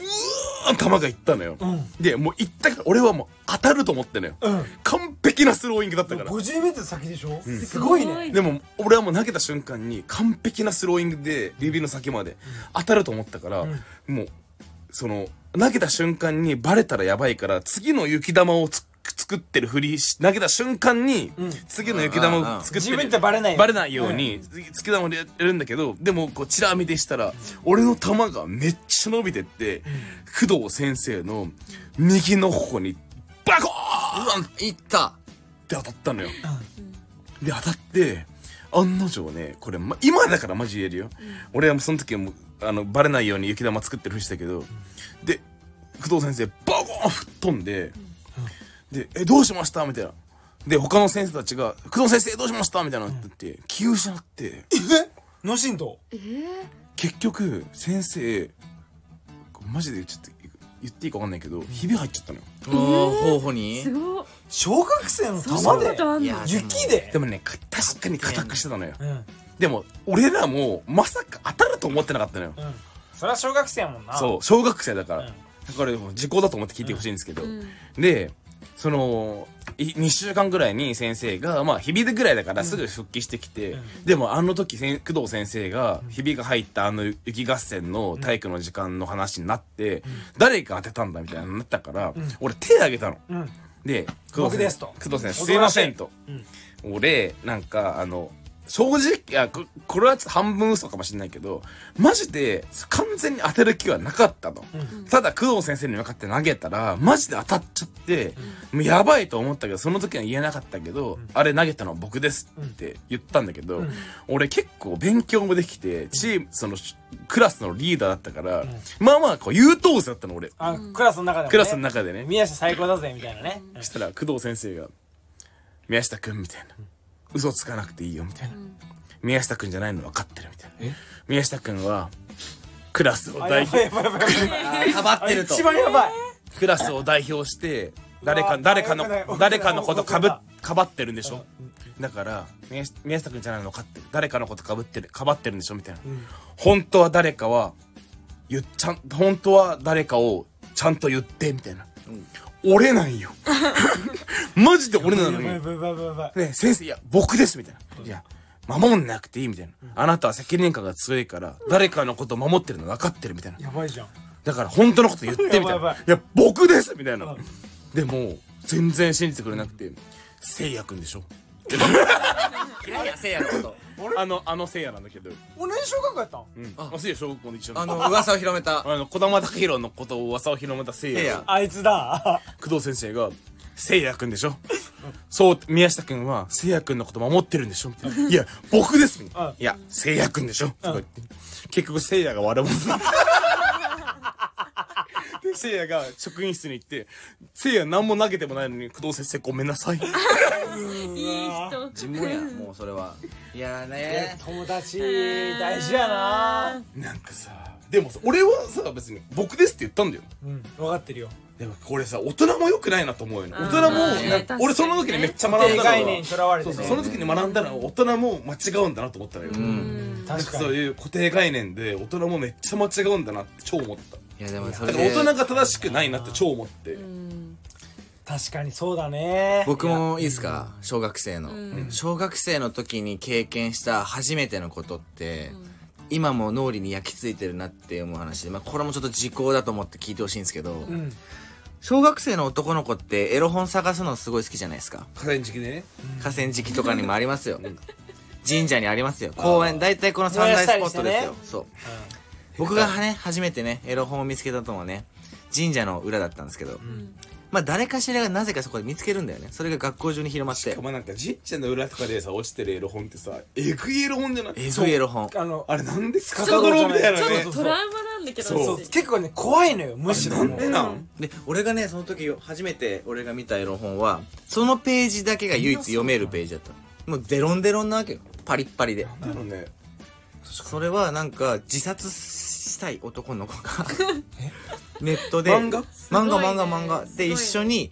C: ワーン球がいったのよ、
B: ん
C: でもういったから俺はもう当たると思ってんのよ、
B: うん
C: 完璧なスローイングだったから
B: 5 0メートル先でしょすごい ね
C: でも俺はもう投げた瞬間に完璧なスローイングで指の先まで当たると思ったから、もうその投げた瞬間にバレたらやばいから次の雪玉をつ作ってるふりし投げた瞬間に次の雪玉を作って
B: 自
C: る、
B: 分ってバレない
C: バレないように月玉でやるんだけどでもこうチラ見でしたら俺の球がめっちゃ伸びてって工藤先生の右の頬にバコーン
D: いった
C: って当たったのよ、で当たって案の定ねこれ、ま、今だからマジ言えるよ、俺はもうその時はもうあのバレないように雪玉作ってるふりしたけど、で工藤先生バコーン吹っ飛んで、で「えどうしました?」みたいなで他の先生たちが「工藤先生どうしました?」みたいなのになってて気を失って
B: 脳震盪
C: 結局先生マジでちょっと言っていいか分かんないけどひび入っちゃったのよ
D: おー頬に
A: すごい
B: 小学生の
A: そん
B: 玉
A: なこ
B: で
A: とあん
D: い
A: の
D: や
B: 雪で
C: でもねか確かに硬くしてたのよ
B: うん
C: でも俺らもまさか当たると思ってなかったのよ
B: うんそれは小学生やもんな
C: そう小学生だから、
B: うん
C: だからもう時効だと思って聞いてほしいんですけど、
A: ん
C: でその2週間ぐらいに先生がまあひびでぐらいだからすぐ復帰してきて、
B: うん
C: でもあの時せん工藤先生がひびが入ったあの雪合戦の体育の時間の話になって、誰が当てたんだみたいになったから、俺手挙げたの。
B: うん
C: で
B: 僕ですと
C: 工藤先生
B: お
C: す
B: と
C: い
B: な
C: ま
B: しい
C: せんと
B: うん
C: 俺なんかあの正直いやここれは半分嘘かもしれないけどマジで完全に当てる気はなかったの、ただ工藤先生に向かって投げたらマジで当たっちゃって、もうやばいと思ったけどその時は言えなかったけど、あれ投げたのは僕ですって言ったんだけど、俺結構勉強もできてチームそのクラスのリーダーだったから、まあまあこう優等生だったの俺
B: あクラスの中でも、ね、
C: クラスの中でね
B: 宮下最高だぜみたいなね、
C: そしたら工藤先生が「宮下君」みたいな「嘘つかなくていいよ」みたいな「宮下君じゃないの分かってる」みたいな「宮下君はクラスを
B: あや
C: 代
B: ば
C: 表
B: いやばいやばい
D: かばっ
B: あ
D: てると
B: 一番やばい
C: クラスを代表して誰
B: うわ
C: か
B: ー
C: 誰かの
B: 危ない危な い
C: 誰かのことかぶ
B: 危な
C: かばってるんでしょだから宮下宮下君じゃないの分かってる誰かのことかぶってるかばってるんでしょみたいな本当は誰かは言っちゃん本当は誰かをちゃんと言ってみたいな俺なん よマジで俺なの
B: やばい
C: よ
B: やばいやばいやばい
C: ね、先生、いや、僕ですみたいな。いや、守んなくていいみたいな。あなたは責任感が強いから、誰かのことを守ってるの分かってるみたいな。
B: やばいじゃん
C: だから本当のこと言ってみたいな。
B: や
C: い
B: ばいやばい
C: や、僕ですみたいな
B: うん。
C: でも、全然信じてくれなくて、せいやくんでしょ
D: 嫌いやせいやのこと
C: あの、あのせいやなんだけど。
B: 俺何小学校やったん
C: うん。あ、せいや小学校の一緒
D: あ
C: の。
D: の噂を広めた
C: あの、児玉武宏のことを噂を広めたせい
D: せい
C: や
D: や。
B: あいつだ
C: 工藤先生が、せいやくんでしょそう、宮下くんは、せいやくんのこと守ってるんでしょみたいな。いや、僕ですみたいな
B: うん
C: いや、せいやくんでしょとか言って。結局、せいやが悪者だった。でせいやが職員室に行って、せいや何も投げてもないのに、工藤先生ごめんなさい。
A: いい人
D: 尋問やもうそれはいやーね
B: 友達大事やな
C: なんかさ、でもさ俺はさ、別に僕ですって言ったんだよ。
B: うん分かってるよ
C: でもこれさ、大人も良くないなと思うよね。大人も、
A: うん
C: なんか俺その時にめっちゃ学んだの
B: で
C: が
B: 概念にとらわれて
C: そう
B: ね
C: そうその時に学んだのは大人も間違うんだなと思ったのよ。なん
B: 確
C: か
B: か
C: そう
B: に
C: いう固定概念で大人もめっちゃ間違うんだなって超思った
D: いやでもそ
C: だ
D: れ
C: から大
D: で
C: 人が正しくないなって超思って、
B: 確かにそうだね
D: 僕もいいですか小学生の、小学生の時に経験した初めてのことって、今も脳裏に焼き付いてるなって思う話で、まあ、これもちょっと時効だと思って聞いてほしいんですけど、
B: うん
D: 小学生の男の子ってエロ本探すのすごい好きじゃないですか
C: 河川敷でね
D: 河川敷とかにもありますよ神社にありますよ公園大体この三大スポットで
B: 燃やし
D: すよ、
B: たりしてね
D: そう僕がね初めてねエロ本を見つけたともね神社の裏だったんですけど、まあ誰かしらがなぜかそこで見つけるんだよねそれが学校中に広まっ
C: してかもなんか神社の裏とかでさ落ちてるエロ本ってさえぐいエロ本じゃない
D: えぐいエロ本
B: あの
C: あれなんでか
B: う
C: かどろみたいなね
B: そう
A: トラウマなんだけど
C: そう
B: そう
A: 私
B: 結構ね怖いのよむしろ
C: なんでなん
D: で俺がねその時初めて俺が見たエロ本はそのページだけが唯一読めるページだったもうデロンデロンなわけよパリッパリで
C: なんだろうね
D: それはなんか自殺したい男の子がネットで
C: 漫画
D: 漫画
A: すごい
D: 漫
A: ね
D: 画漫画
A: すご
D: で
A: いね
D: 一緒に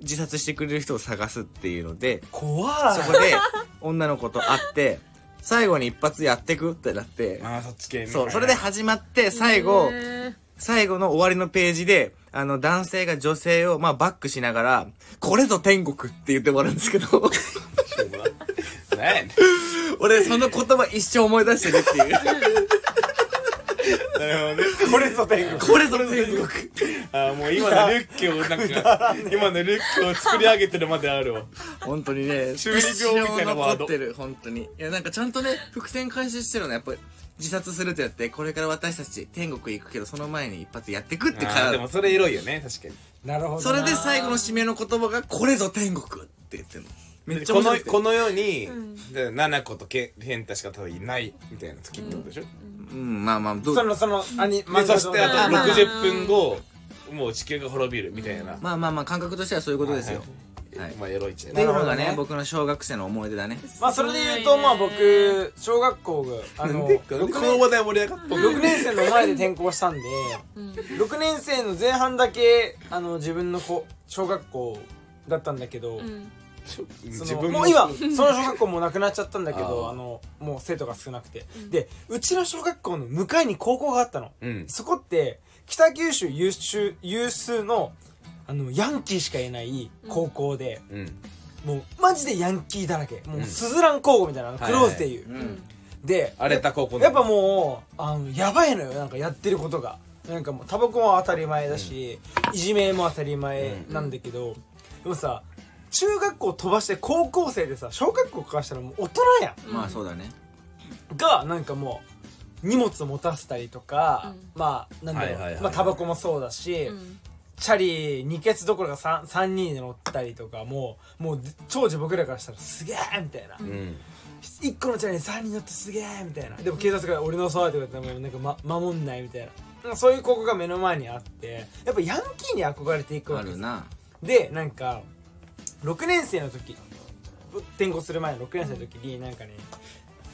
D: 自殺してくれる人を探すっていうので
B: 怖
D: そこで女の子と会って最後に一発やってくってなって
C: あーそっち系みたいな
D: そうそれで始まって最後
A: へ
D: 最後の終わりのページで、あの、男性が女性を、まあ、バックしながら、これぞ天国って言ってもらうんですけど、
C: ね
D: 俺、その言葉一生思い出してるっていう。
C: えなるほどね
B: いこれぞ天国
D: これぞ天国。
C: あーもう今のルックをなんか今のルックを作り上げてるまであるわ
D: 本当にね、
C: 中二病みたいなワード
D: 一生残ってる、本当に。いや、なんかちゃんとね、伏線回収してるのやっぱり、自殺するってやって、これから私たち天国行くけど、その前に一発やってくって
C: あー
D: か
C: で
D: ら
C: も、それエロいよね確かに
B: なるほど
D: それで最後の締めの言葉が、これぞ天国って言ってるの。めっちゃ
C: こ
D: 面白
C: の
D: い。
C: この世に、で7個とけ変態しか多分いないみたいな時ってことでしょ、
D: うん、まあまあ、どう
B: そのそのアニ
C: でそしてあと
D: まあまあ
C: 60分後もう地球が滅びるみたいな、
D: まあまあまあ、感覚としてはそういうことですよ。はい。
C: まあエロいっちゃ
D: ってい
C: ね
D: うの
B: なる
D: が
B: ほど
D: ね
B: ね
D: 僕の小学生の思い出だね
B: まあそれで言うとまあ僕小学校があの
C: こ
B: 6
C: の
B: 年
C: 話題盛り上がった
B: 6年生の前で転校したんで6年生の前半だけあの自分の子小学校だったんだけど
A: うん
B: そ
C: 自
B: の
C: 分
B: もう今その小学校もなくなっちゃったんだけどあのもう生徒が少なくてでうちの小学校の向かいに高校があったの
C: うん
B: そこって北九州有数有数のあのヤンキーしかいない高校で
C: うん
B: もうマジでヤンキーだらけもうスズラン高校みたいなあのクローズでいう
D: うん
B: で
C: 荒れた高校
B: やっぱもうあのやばいのよなんかやってることがなんかもうタバコも当たり前だし、いじめも当たり前なんだけど、でもさ中学校飛ばして高校生でさ小学校からしたらもう大人や
D: まあそうだね
B: んがなんかもう荷物持たせたりとか、
A: うん
B: まあなんだ
C: は
B: ろう、
C: いはいはいはい
B: まあタバコもそうだし、
A: うん
B: チャリ2ケツどころか 3, 三人で乗ったりとかもうもう長寿僕らからしたらすげえみたいな、
C: うん
B: 一1個のチャリに3人乗ってすげえみたいなでも警察から「俺のそう」って言われてもなんか、ま、守んないみたいなそういう高校が目の前にあってやっぱヤンキーに憧れていく
D: あ
B: わけで
D: る
B: す
D: な
B: でなんか6年生の時転校する前の6年生の時になんかね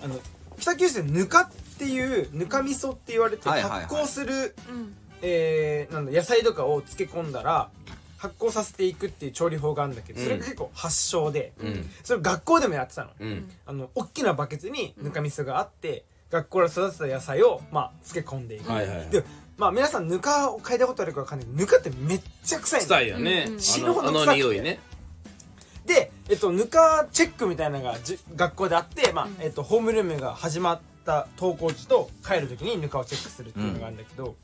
B: あの北九州でぬかっていうぬか味噌って言われて
D: はいはいはい
B: 発酵する、
A: うん
B: えーなんだ野菜とかを漬け込んだら発酵させていくっていう調理法があるんだけどそれが結構発祥で、
C: うん
B: それ学校でもやってたの。
C: うん
B: あの大きなバケツにぬか味噌があって、学校から育てた野菜を、まあ、漬け込んでいく、
C: はいはいはい
B: でまあ皆さんぬかを嗅いだことあるかわかんないけどぬかってめっちゃ臭いの
C: 臭いよね
A: うんうん
B: 死
C: あ
B: ぬほ
C: のあ
B: ど臭くて
C: の匂いね
B: で、えっと、ぬかチェックみたいなのがじ学校であって、まあ
A: うん
B: えっと、ホームルームが始まった登校時と帰る時にぬかをチェックするっていうのがあるんだけど、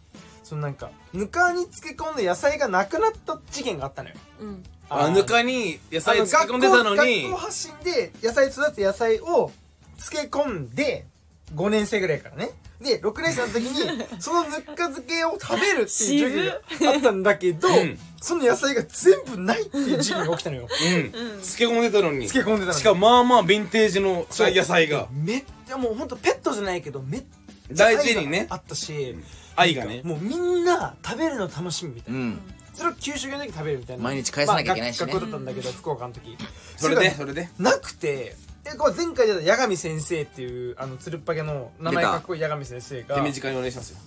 B: そのなんかぬかに漬け込んで野菜がなくなった事件があったのよ。
A: うん
C: あ
B: ー
C: ぬかに野菜
B: あ
C: 漬け込んでたの
B: 学校
C: に
B: 学校発信で野菜育てた野菜を漬け込んで5年生ぐらいからねで6年生の時 にそのぬか漬けを食べるっていう授業があったんだけど、
C: うん
B: その野菜が全部ないっていう事件が起きたの
C: う
B: よ
C: ん漬け込んでたのに
B: 漬け込んでたのに
C: しかもまあまあヴィンテージの
B: そう
C: 野菜が
B: めっちゃもうほんとペットじゃないけどめっちゃ
C: 大事にね
B: 愛があったし
C: 愛がね
B: もうみんな食べるの楽しみみた
D: う
B: いな、
D: ん
B: それを給食の時食べるみたいな
D: 毎日返さなきゃいけないしね
B: まあ学学校だったんだけど福岡の時
C: それでそれで
B: なくてえこう前回出た八神先生っていうあのつるっぱげの名前かっこいい八神先生
C: 手
B: が
C: 短にお願いしますよ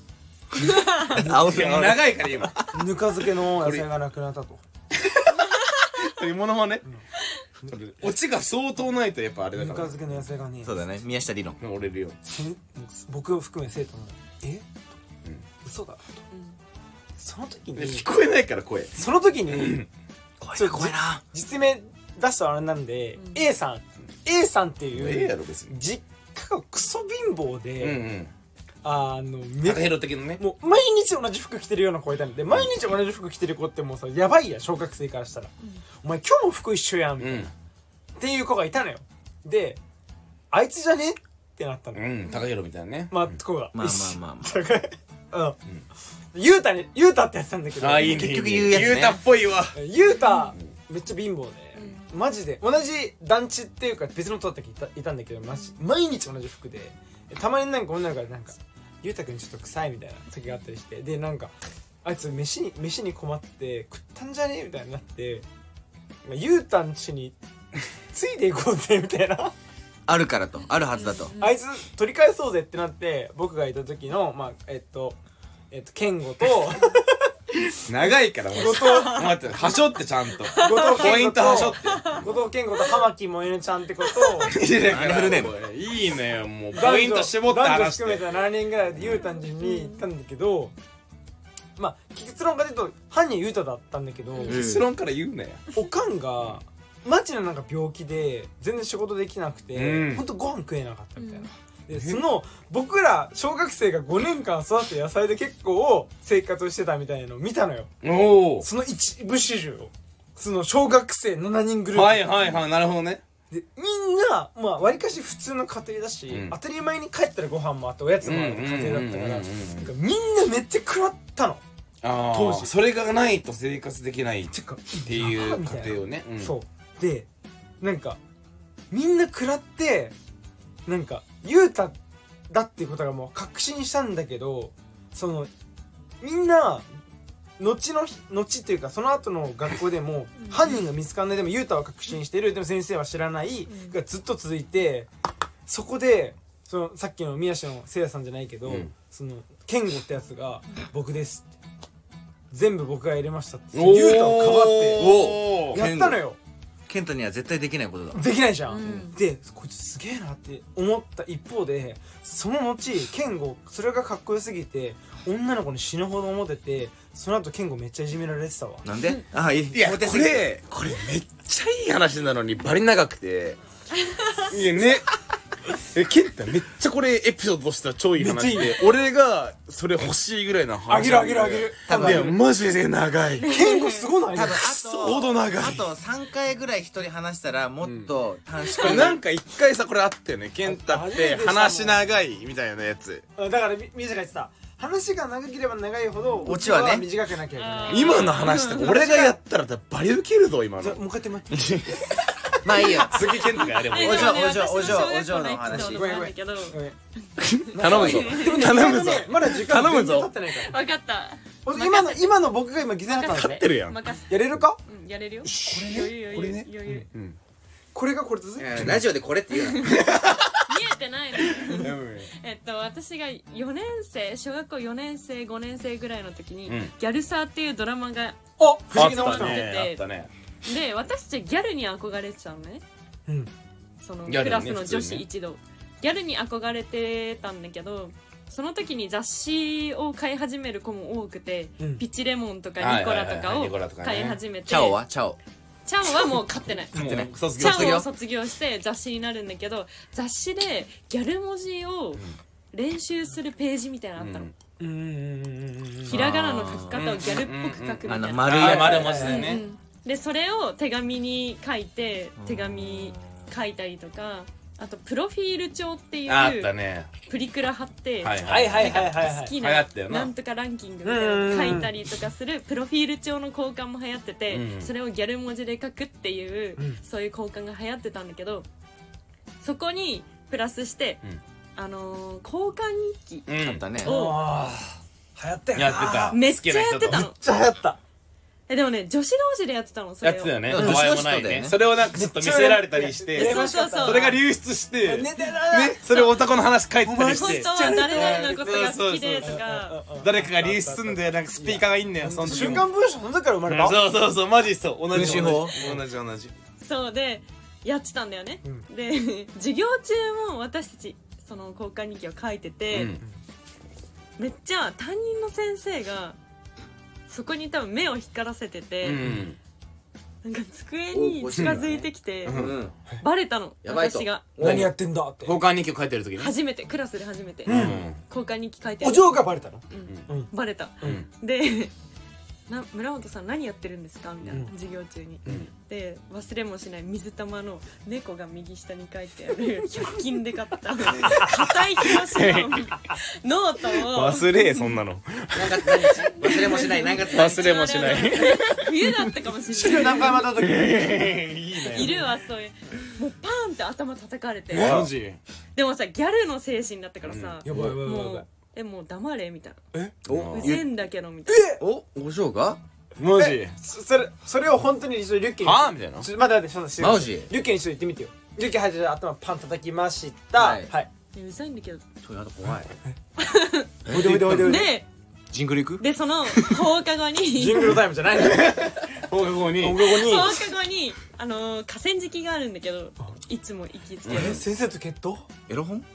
D: 青
C: いや長いから今
B: ぬか漬けの野菜がなくなったと
C: そういうものはねオチが相当ないとやっぱあれだ
B: ぬか
C: から
B: 漬けの野菜がね
D: そうだね宮下理論
C: 折れるよ
B: せん僕を含め生徒のえ、
C: うん
B: 嘘だその時に
C: 聞こえないから声
B: その時に
D: 怖
B: そ
D: いうな怖いな
B: 実名出したらあれなんで、
A: うん
B: A さん A さんって
C: ええ
B: い
C: や
B: う
C: ろ別に
B: 実家がクソ貧乏
C: うんう
B: で、
C: ん
B: あのめっ
C: 高弘的なね
B: もう毎日同じ服着てるような子いたんで毎日同じ服着てる子ってもうさやばいや小学生からしたら、お前今日も服一緒やん
C: う
B: みたいな、
C: ん
B: っていう子がいたのよであいつじゃねってなったの、
C: うん高弘みたいなね
B: まあ子が、
D: まあ まあまあまあ
B: あうんゆうたにゆうたってやってたんだけど
C: ああいいね
D: 結局
C: いいね
D: 言うやつね
C: ゆうたっぽいわ
B: ゆうためっちゃ貧乏で、マジで同じ団地っていうか別のとった時いたいたんだけどマジ毎日同じ服でたまになんか女の子がなんか「ゆうたくんちょっと臭い」みたいな時があったりしてでなんかあいつ飯に飯に困って食ったんじゃねえみたいになってまあゆうたんちについていこうぜみたいな
D: あるからとあるはずだと
B: あいつ取り返そうぜってなって僕がいた時のまあえっとえっと 健吾と後
C: 長いからマジで
B: 後藤
C: 待ってはしょってちゃんと
B: 藤
C: ポイ
B: 健吾
C: ント
B: と
C: はしょっ
B: 後藤健吾と浜木萌音ちゃんってこと
C: ていやだから
D: フルネー
C: いいねもう
B: 男
C: ポ
B: 女
C: イント絞って話して
B: 男女含めた7人ぐらいでゆうたんちに行ったんだけど、まあ結論から言うと犯人ゆうただったんだけど、
A: うん
C: 結論から言うなよ
B: おかんがマジのなんか病気で全然仕事できなくて、
C: うん
B: ほんとご飯食えなかったみたいな。でその僕ら小学生が5年間育てた野菜で結構生活をしてたみたいなのを見たのよ
C: おお
B: その一部始終をその小学生7人グループ、
C: はいはいはいなるほどね
B: でみんなまあわりかし普通の家庭だし、
C: うん
B: 当たり前に帰ったらご飯もあっておやつもある家庭だったから
C: うんうんうんうんうん
B: なんかみんなめっちゃ食らったの
C: あ
B: 当
C: 当
B: 時
C: 時それがないと生活できないって
B: かって
C: いう家庭をねうん
B: そうでなんかみんな食らってなんか雄太だっていうことがもう確信したんだけどそのみんな後の日後っていうかその後の学校でも
A: うん
B: 犯人が見つかんないでも雄太は確信してるでも先生は知らない
A: ん
B: がずっと続いてそこでそのさっきの宮下のせいやさんじゃないけど、
C: うん
B: その健吾ってやつが「僕です」って全部僕が入れましたって
C: おー
B: 雄太をかばって
C: おー
B: やったのよ
D: 健太には絶対できないことだ
B: できないじゃん、
A: うん
B: でこいつすげえなって思った一方でその後健吾それがかっこよすぎて女の子に死ぬほど思っててその後健吾めっちゃいじめられてたわ
D: なんでああいい
C: いや
D: モ
C: こ
D: テすぎて
C: れこれめっちゃいい話なのにバリ長くていやねえケンタめっちゃこれエピソードとしては超いい話
B: めっ
C: で俺がそれ欲しいぐらいの話
B: あげるあげるあげる多分あげ
C: で
B: る
C: マジで長い
B: 健吾すごない
D: 多分
C: 相当
D: あ
C: 長い
D: とあと3回ぐらい人話したらもっと短縮、
C: なんか一回さこれあったよねケンタって話長いみたいなやつ
B: だからみみずが言ってた話が長ければ長いほど
D: オチはね
B: オ短くなきゃいけない
C: 今の話って俺がやったらバリウケるぞ今
B: じゃ
C: の
B: もう一回やってもらって
D: まあいいよ
C: 次ケンタがやれば
A: え
D: お
A: で
D: 嬢
A: もね
D: お嬢
A: 私の
D: お嬢
A: 小学校
D: お嬢の話
A: エピソードなんだけど
B: ごめん
C: 頼むぞ頼 むぞ
B: ねまだ時間
C: 頼む
B: 全
C: ぞ
B: 然経ってないから
A: 分かった
B: 今の今の僕が今偽善だったん
C: 勝
B: で
C: ってるやん
A: 任せ
B: やれるか
A: うんやれるよ余裕
C: これ
A: 余
C: ね
A: 裕余裕
B: これがこれです
D: えーラジオでこれって言うな
A: 見えてないのえっと私が4年生小学校4年生5年生ぐらいの時に「
C: うん
A: ギャルサー」っていうドラマが
B: お不
C: あ
B: 思
C: っ
B: 議な
C: た
B: 女
C: ねあったね
A: で私たちギャルに憧れてたのね
B: うん
A: その
C: ギャル
A: ク
C: にね
A: ラスの女子一同、ギャルに憧れてたんだけどその時に雑誌を買い始める子も多くて、
B: うん
A: ピチレモンと
C: は
A: か
C: い
A: ニコ
C: はい
A: ラ
C: はい
A: とか
C: ニコラと
A: を
C: かね
A: 買い始めて、
D: チャオはチャオ
A: チャオはもう買ってない
C: もう卒
A: チ
C: 業
A: ャオを卒業して雑誌になるんだけど雑誌でギャル文字を練習するページみたいなのあったの、
C: うん
B: うんうんうんうんうん
A: ひらがなの書き方をギャルっぽく書くみた
D: あ
A: い
D: の
A: な、
D: 丸いやつ
C: あれマジで
A: う
C: ね
A: ん、でそれを手紙に書いて手紙書いたりとかあとプロフィール帳ってい
C: あった
A: う
C: ね
A: プリクラ貼って、
C: はい
B: はいはいはいはいは
A: 好
B: い
A: き
C: 流行
A: な
C: ったよな
A: なんとかランキングみたいなの書いたりとかするプロフィール帳の交換も流行ってて、
C: うん
A: それをギャル文字で書くっていう、
B: うん
A: そういう交換が流行ってたんだけどそこにプラスして、
C: うん
A: あのー交換日記
C: うん
D: だったね
A: お
B: あー流行ったよな
C: やってた
A: めっちゃやってた
C: 好きな人
A: の
B: めっちゃ流行った
A: えでもね女子同士でやってたのそれ
C: や
A: を
C: ってたよね
D: うん
C: たわいもない
D: 女子の人だよ
C: ね
D: ね
C: それをなんかちょっと見せられたりし
A: え
C: て
A: そうそうそう
C: それが流出して
B: ね
C: ね
B: だだだ
C: それを男の話書いてたりし
A: 本
C: て
A: 当は誰々のことが好きでとか
C: 誰かが流出すんだよなんかスピーカーがいんだよその時
B: 瞬
C: も
B: 間文章の中から生まれた
C: そうそうそうマジそう同じ
D: 分子法
C: 同じ同じ
A: そうでやってたんだよね、
B: うん
A: で授業中も私たちその交換日記を書いてて、めっちゃ担任の先生がそこに多分目を光らせてて、
C: うん
A: なんか机に近づいてきて、
D: うんん
A: バレたの
D: やばいと
A: 私が
B: 何やってんだって
C: 交換日記を書いてる時に
A: 初めてクラスで初めて、
C: うん
A: 交換日記書いて
B: お嬢がバレたの
A: バレた
C: うん
A: で な村本さん何やってるんですかみたいな、
B: うん
A: 授業中に、
C: ん
A: で忘れもしない水玉の猫が右下に書いてある 100均で買った硬い表 紙のノートを
C: 忘れそんなの
D: 何月何日忘れもしない何月何日
C: 忘れもしない
A: 冬だったかもしれない
B: 何回また時
C: いいね
A: いるわそういうもうパーンって頭叩かれて
C: マジ
A: でもさギャルの精神だったからさ、
B: やばいやばいやばいや
A: も
B: ばいう
A: えもう黙れみたいな
D: お
A: うぜ
D: ゆ
A: んだけどみたいな
D: おお嬢が
C: マジ
B: えそそれそれを本当に一緒にリュッキーに
C: はあみたいな
B: ちょまだでその
D: マジ
B: リュッキーに一緒に行ってみてよリュッキーはいじゃあ頭パン叩きましたは
D: はい
B: い
A: えうざいんだけど
D: ちょやだ怖い
B: おいでおいでおいでおいで
A: で
D: ジングルいく
A: でその放課後
B: ジ
A: に
B: ングルタイムじゃないのよ
C: 放課後に
B: 放課後に
A: 放課後にあのー河川敷があるんだけどいつも行きつける
B: え先生と決闘
D: エロ本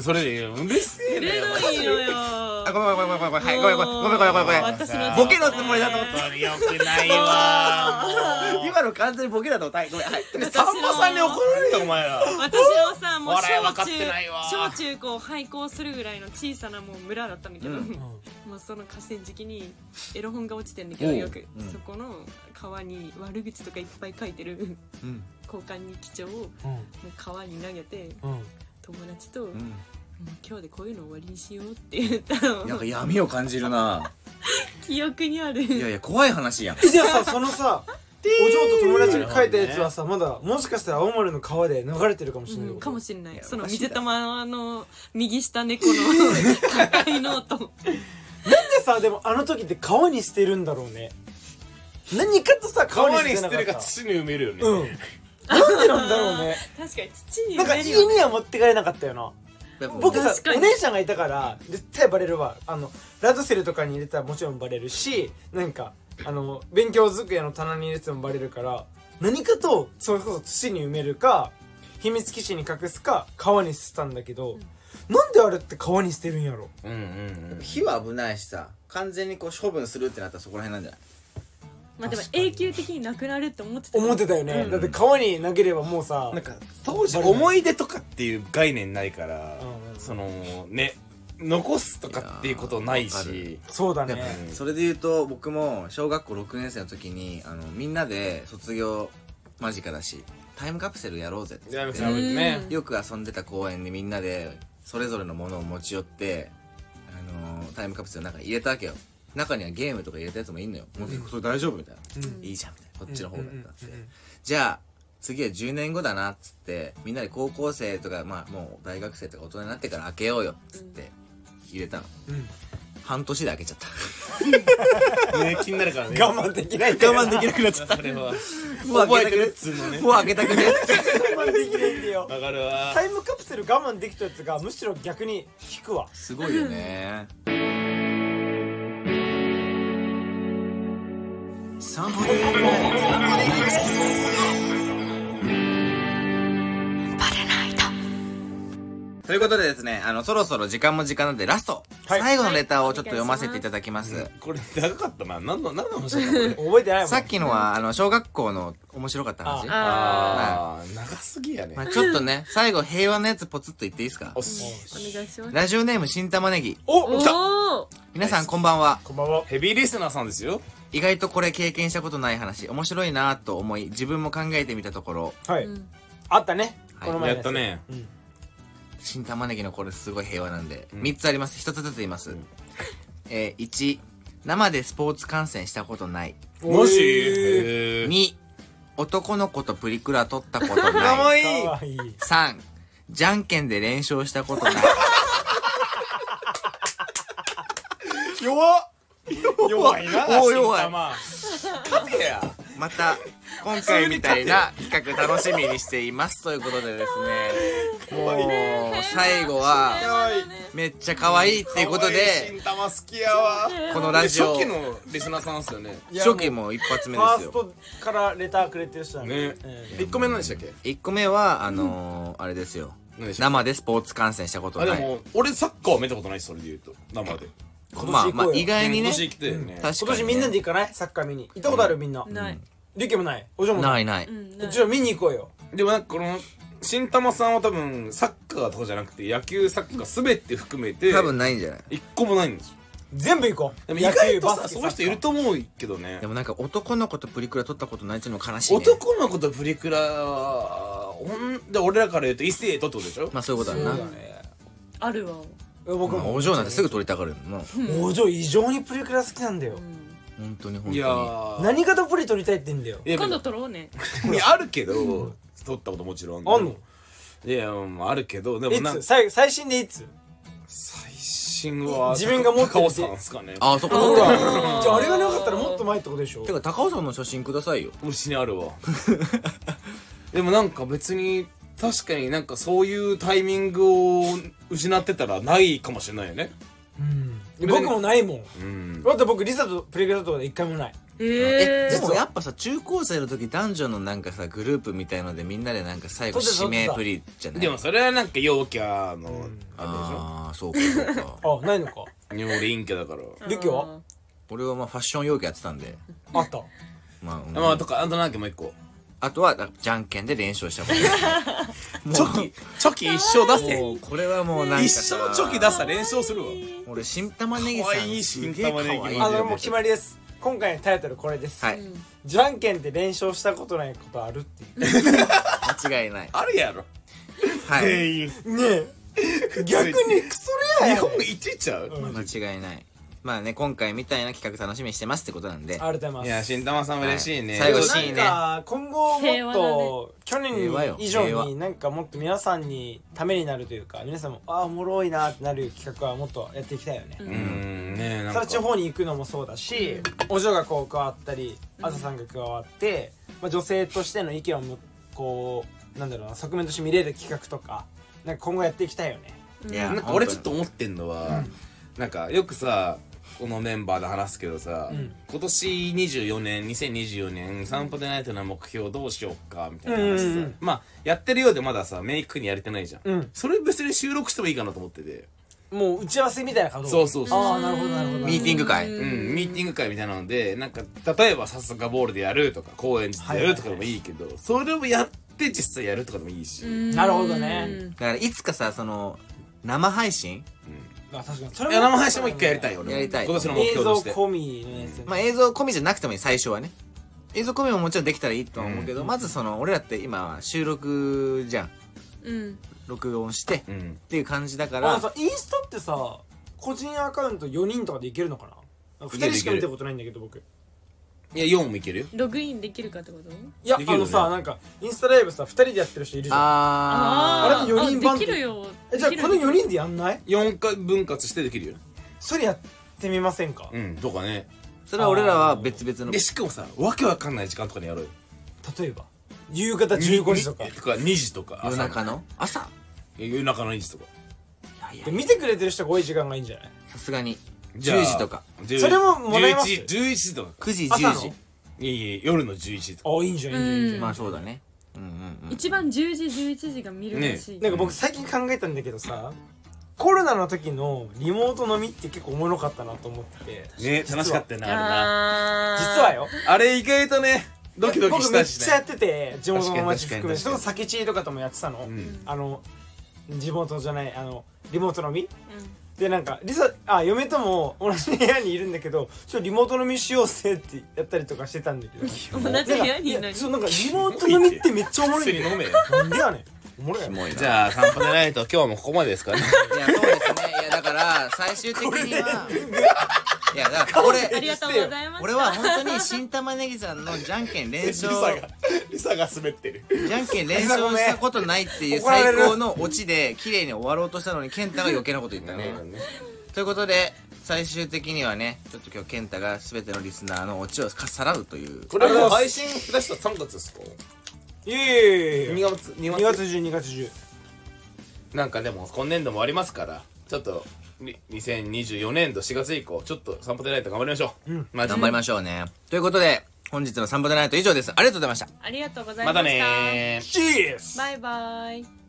C: それでうるせえ
A: 古
C: なよ
A: いのよ
D: あごめんごめんごめんごめんはいごめんごめんごめんごめんごめんごめん
A: 私の
D: ボケのつもりだと思っ
C: 本当によくないわもう
D: 今の完全にボケだと思ったはいごめんはい
A: さ
C: さんまさんに怒られるよお前ら
A: 私のさもう
C: 笑い分かっ
A: 小
C: てないわ
A: 中小中高廃校するぐらいの小さなもう村だったんだけど、
D: うんうん
A: もうその河川敷にエロ本が落ちてんだけど
D: おう
A: よく、
D: うん
A: そこの川に悪口とかいっぱい書いてる
D: うん
A: 交換日記帳をもう川に投げて
B: うん
A: 友達と、
D: う
A: もうん今日でこういうの終わりにしようって言ったの
D: なんか闇を感じるな
A: 記憶にある
D: いやいや怖い話やん
B: えじゃあさそのさお嬢と友達に書いたやつはさまだもしかしたら青森の川で流れてるかもしれない
A: うん、かもしれないい
D: や
A: その
D: おかしいだ
A: 水
D: ろ
A: 玉の右下猫の高いノー ト
B: なんでさでもあの時って川に捨てるんだろうね何かとさ
C: 川
B: 川
C: に
B: に
C: 捨
B: 捨
C: て
B: て
C: る
B: な
C: か
B: かった
C: 土に埋めるよね、
B: うんなんでなんだろうね
A: 確かに土に
B: なん
A: 埋
B: か
A: める
B: 意
A: よね
B: 味は持って帰れなかったよな僕さ
A: 確かに
B: お姉ちゃんがいたから絶対バレるわあのラドセルとかに入れたらもちろんバレるしなんかあの勉強机の棚に入れてもバレるから何かとそれこそ土に埋めるか秘密基地に隠すか川に捨てたんだけど、なんであれって川に捨てるんやろ
C: うんうんうん
D: 火は危ないしさ完全にこう処分するってなったらそこら辺なんじゃない
A: まあでも永久的になくなるって思ってた
B: 思ってたよね、だって川に投げればもうさ
C: なんか当時思い出とかっていう概念ないから
B: うん
C: そのね残すとかっていうことないし
B: そうだね
D: でもそれで言うと僕も小学校6年生の時にあのみんなで卒業間近だしタイムカプセルやろうぜって言っ
A: やろう
D: てよく遊んでた公園にみんなでそれぞれのものを持ち寄って、あのータイムカプセルの中に入れたわけよ中にはゲームとか入れたやつもいんのよ「もうそれ大丈夫?」みたいな「いいじゃん」みたいなこっちの方だったって、じゃあ次は10年後だなっつってみんなで高校生とかまあもう大学生とか大人になってから開けようよっつって入れたの、
B: ん
D: 半年で開け ちゃった
C: ね気になるからね
B: 我慢できない
D: 我慢できなくなっちゃった。
C: これは
D: もう開けたくね
C: 覚えてるっつうのね
D: もう開けたくね
B: 我慢できないんだ よ
C: わかるわ
B: タイムカプセル我慢できたやつがむしろ逆に引くわ
D: すごいよね。ということでですね、あの、そろそろ時間も時間なんで、ラスト、
B: はい
D: 最後のレターをちょっと読ませていただきます。
C: これ長かったな何の何の話だったこれ
B: 覚えてないもん
D: さっきのは、あの、小学校の面白かった話。
A: あ
C: あー長すぎやね
D: まあ、ちょっとね、最後平和なやつポツッと言っていいですか
C: おっす
A: お願いします
D: ラジオネーム新玉ねぎ。
B: お
A: お
B: 来た
A: お
D: 皆さんこんばんは。
B: こんばんは
C: ヘビーリスナーさんですよ
D: 意外とこれ経験したことない話、面白いなぁと思い、自分も考えてみたところ、
B: はい、
A: うん
B: あったね
D: はい
B: この前
C: や
B: のつ
C: ったね
B: うん
D: 新玉ねぎのこれすごい平和なんで、
C: ん
D: 3つあります1つずつ言います、えー、1生でスポーツ観戦したことない
C: もし
B: え
C: へー
D: 2男の子とプリクラ撮ったこと
C: か
D: な
C: わ
D: い
C: い
B: ー
C: い
B: かわいい
D: 3じゃんけんで連勝したことない
C: 弱っ弱いな
D: お弱
C: 新
D: い
C: 玉
D: また今回みたいな企画楽しみにしていますということで ですねもう最後はめっちゃ可愛いっていうこと
C: 可愛い
D: で
C: 新玉好きやわ
D: このラジオ
C: 初期のリスナーさんですよね
B: やもう
D: 初期も一発目
B: ファース
D: ですよ
B: トからレターくれてる人だ
C: ね
B: え
C: 1個目何でしたっけ
D: 1個目はあのーあれですよ
C: 何でしたっ
D: 生でスポーツ観戦したこと
C: けあ
D: な
C: で
D: い
C: も俺サッカーは見たことないしそれで言うと生で
D: まあ
B: 今年行こ
D: まあ
B: うよ
D: 意外に
C: 今
D: ね
C: 年来てよね
D: 確かにね
B: 今年みんなで行かないサッカー見に行ったことあるみんな
A: ない
B: リュケもないお嬢も
D: ないいない、
A: うんない
B: じゃあ見に行こうよ
C: でもなんかこの新玉さんは多分サッカーとかじゃなくて野球サッカー全て含めて
D: 多分ないんじゃない
C: 一個もないんですよ
B: 全部行こう
C: でも意外と
B: 野球バ
C: さ
B: ス
C: そ
B: ケ
C: ういう人いる
B: サ
C: と思うけどね
D: でもなんか男の子とプリクラ撮ったことないっていうのも悲しい、ね、
C: 男の子とプリクラはほんで俺らから言うと異性とってことでしょ
D: まあそういうことだな、
A: そうだあるわ
B: ッカー僕
D: まあ、
B: も
D: お嬢なんてすぐ撮りたがるの
B: お嬢異常にプリクラ好きなんだよ
D: 本当に本当に
C: いやー
B: 何型プリ撮りたいって言うんだよ
C: いや
A: 今度撮ろうね
C: いやあるけど撮ったこともちろん
B: あんの
C: いやまああるけどでも
B: い
C: なん
B: つ
C: か
B: 最最新でいつ
C: 最新は
B: 自分が持ってる
C: 高尾さんですかね
D: ああそっかそ
B: ほ
D: っ
B: ら
D: か
B: じゃああれがなかったらもっと前ってことでしょ
D: てか高尾さんの写真くださいよ
C: うちにあるわ でもなんか別に確かになんかそういうタイミングを失ってたらないかもしれないよね
B: 僕もないもん
C: うん
B: だって僕リサとプリクラとかで一回もない
A: へ
D: え
A: え
D: でもやっぱさ中高生の時男女のなんかさグループみたいのでみんなでなんか最後
B: 撮ってた
D: 指名プリじゃない
C: でもそれはなんか陽キャのあ
D: ああそうかそうか
B: あないのか
C: れでしょ俺陰キャだから
B: リュッキは
D: 俺はまあファッション容器やってたんで
B: あった
D: まあ、うん
C: まあとかあとなんかもう一個
D: あとはだからじゃんけんで連勝したこと もう
C: チョキ一生出
D: もうこれはもうなんか
C: 一
D: さ
C: 生チョキ出したら連勝するわ
D: 俺新玉ねぎさん
C: 可愛い
D: すげえ
C: 新玉ねぎ
D: 可愛いんだ
B: あ
D: よね
B: のもう決まりです今回のタイトルこれです
D: はい
B: じゃんけんで連勝したことないことあるっていう
D: 間違いない
C: あるやろ
D: はい
C: 員
B: ねえ逆にクソレ
C: 日
B: アやん
C: 本一位ちゃう
D: 間違いないまあね今回みたいな企画楽しみにしてますってことなんで
B: ありがとうご
C: い
B: ざい
C: や
B: ます
C: 新玉さん嬉しいね
D: はい最後
B: で
D: 嬉
B: も
D: しいね
B: なんか今後
A: 平
B: もっ
A: 和だね
B: と去年
D: 平和よ
B: 以上
D: 平和
B: になんかもっと皆さんにためになるというか皆さんもああおもろいなってなる企画はもっとやっていきたいよね
A: う
C: うんんねえなん
B: さ
C: か
B: ら地方に行くのもそうだしお嬢がこう加わったりあささんが加わって、まあ、女性としての意見をむこうなんだろうな側面として見れる企画とかなんか今後やっていきたいよね
D: いや
C: なんか俺ちょっと思ってんのは、なんかよくさこのメンバーで話すけどさ、
B: ん
C: 今年24年2024年散歩でないとの目標どうしようかみたいな話さ、
B: うんうんうん
C: まあやってるようでまださメイクにやれてないじゃん、
B: うん
C: それ別に収録してもいいかなと思ってて
B: もう打ち合わせみたいな感じ
C: そうそうそう
B: ああなるほどなるほど
D: ミーティング会
C: う
A: うん
C: ん、ミーティング会みたいなのでなんか例えば早速ボールでやるとか公園寺でやるとかでもいいけど、それをやって実際やるとかでもいいし、い
B: なるほどね
D: だからいつかさその生配信、
B: あ確かにそれ
C: や生配信も一回やりたいよ
D: やりたい
C: 今年の目
B: 映
C: 標
B: 像
C: として
B: 込みのやつ
D: まあ、映像込みじゃなくてもいい最初はね映像込みももちろんできたらいいとは思うけど、まずその俺らって今収録じゃん
A: うん
D: 録音してっ
C: うん
D: ていう感じだか
B: あ
D: ら
B: さインスタってさ個人アカウント4人とかでいけるのかな2
C: いや
B: 人しか見たことないんだけど僕
C: いや4もいけるよ
A: ログインできるかってこと
B: いや、
C: でき
B: あ
C: るよ
B: の
C: ね
B: さなんかインスタライブさ2人でやってる人いるじゃん
D: あ
B: あれっ
D: ー
B: て四人番
A: あできるよ
B: えじゃあ
A: でき
B: こ
A: る
B: の4人でやんない
C: 4回分割してできるよ
B: それやってみませんか、
C: うんとかね
D: それは俺らは別々の
C: でしかもさわけわかんない時間とかにやろうよ
B: 例えば夕方15時とか
C: にとか2時とか
D: 夜
C: 朝
D: 中の朝
C: 夜中の2時とか
B: で見てくれてる人が多い時間がいいんじゃない
D: さすがに
C: じゃあ
D: 10時とか
C: 10
B: それももらえます
C: 11時11時とか
D: 9時
B: 朝
D: 10
B: の
D: 時
C: いえいえ夜の11時とか
B: あいいんじゃんいいんじゃんいいんじゃん
D: まあそうだねうんうんうん
A: 一番10時11時が見るらしい、
B: なんか僕最近考えたんだけどさコロナの時のリモート飲みって結構おもろかったなと思ってて
C: ね楽しかったよなあれな
A: あー
B: 実はよ
C: あれ意外とねドキドキし
B: 僕め
C: た
B: っ
C: し
B: ちゃや
C: ね
B: ってて地元の街含めて
C: 確かに確かに
B: それこそ酒知とかともやってたの、
C: うん
B: あの地元じゃないあのリモート飲み
A: う
B: でなんかリサあ嫁とも同じ部屋にいるんだけどちょっとリモート飲みしようぜってやったりとかしてたんだけど
A: ん同じ部屋にい
B: な
A: るの
B: んかや
A: に
B: そうなんかリモート飲みってめっちゃおもろ
C: 普
B: い
C: 通に
B: んだよ
C: 飲めよ
B: なんでやねんおもろいやん
D: キモいな
C: じゃあ散歩でないと今日はもうここまで ですかね
D: いやそうですねいやだから最終的にはいやだから
A: あり
D: 俺
A: がとうございました
D: 俺は本当に新玉ねぎさんのじゃんけん連勝
C: リサが滑って る
D: じゃんけん連勝したことないっていう
B: 怒られ
D: 最
B: る
D: 高のオチで綺麗に終わろうとしたのに健太が余計なこと言ったねということで最終的にはねちょっと今日健太が全てのリスナーのオチをかっさらうという
C: これもう配信出した3月ですか
B: いやいやいやいや
C: 2月2月
B: 2月中2月中
C: なんかでも今年度もありますからちょっとに2024年度4月以降ちょっと散歩でないと頑張りましょう、うん、ま
D: 頑張りましょうねということで本日の「散歩でナイト」以上ですありがとうございました
A: ありがとうございま
C: ま
A: した
C: たねー
B: チーズ
A: バイバイ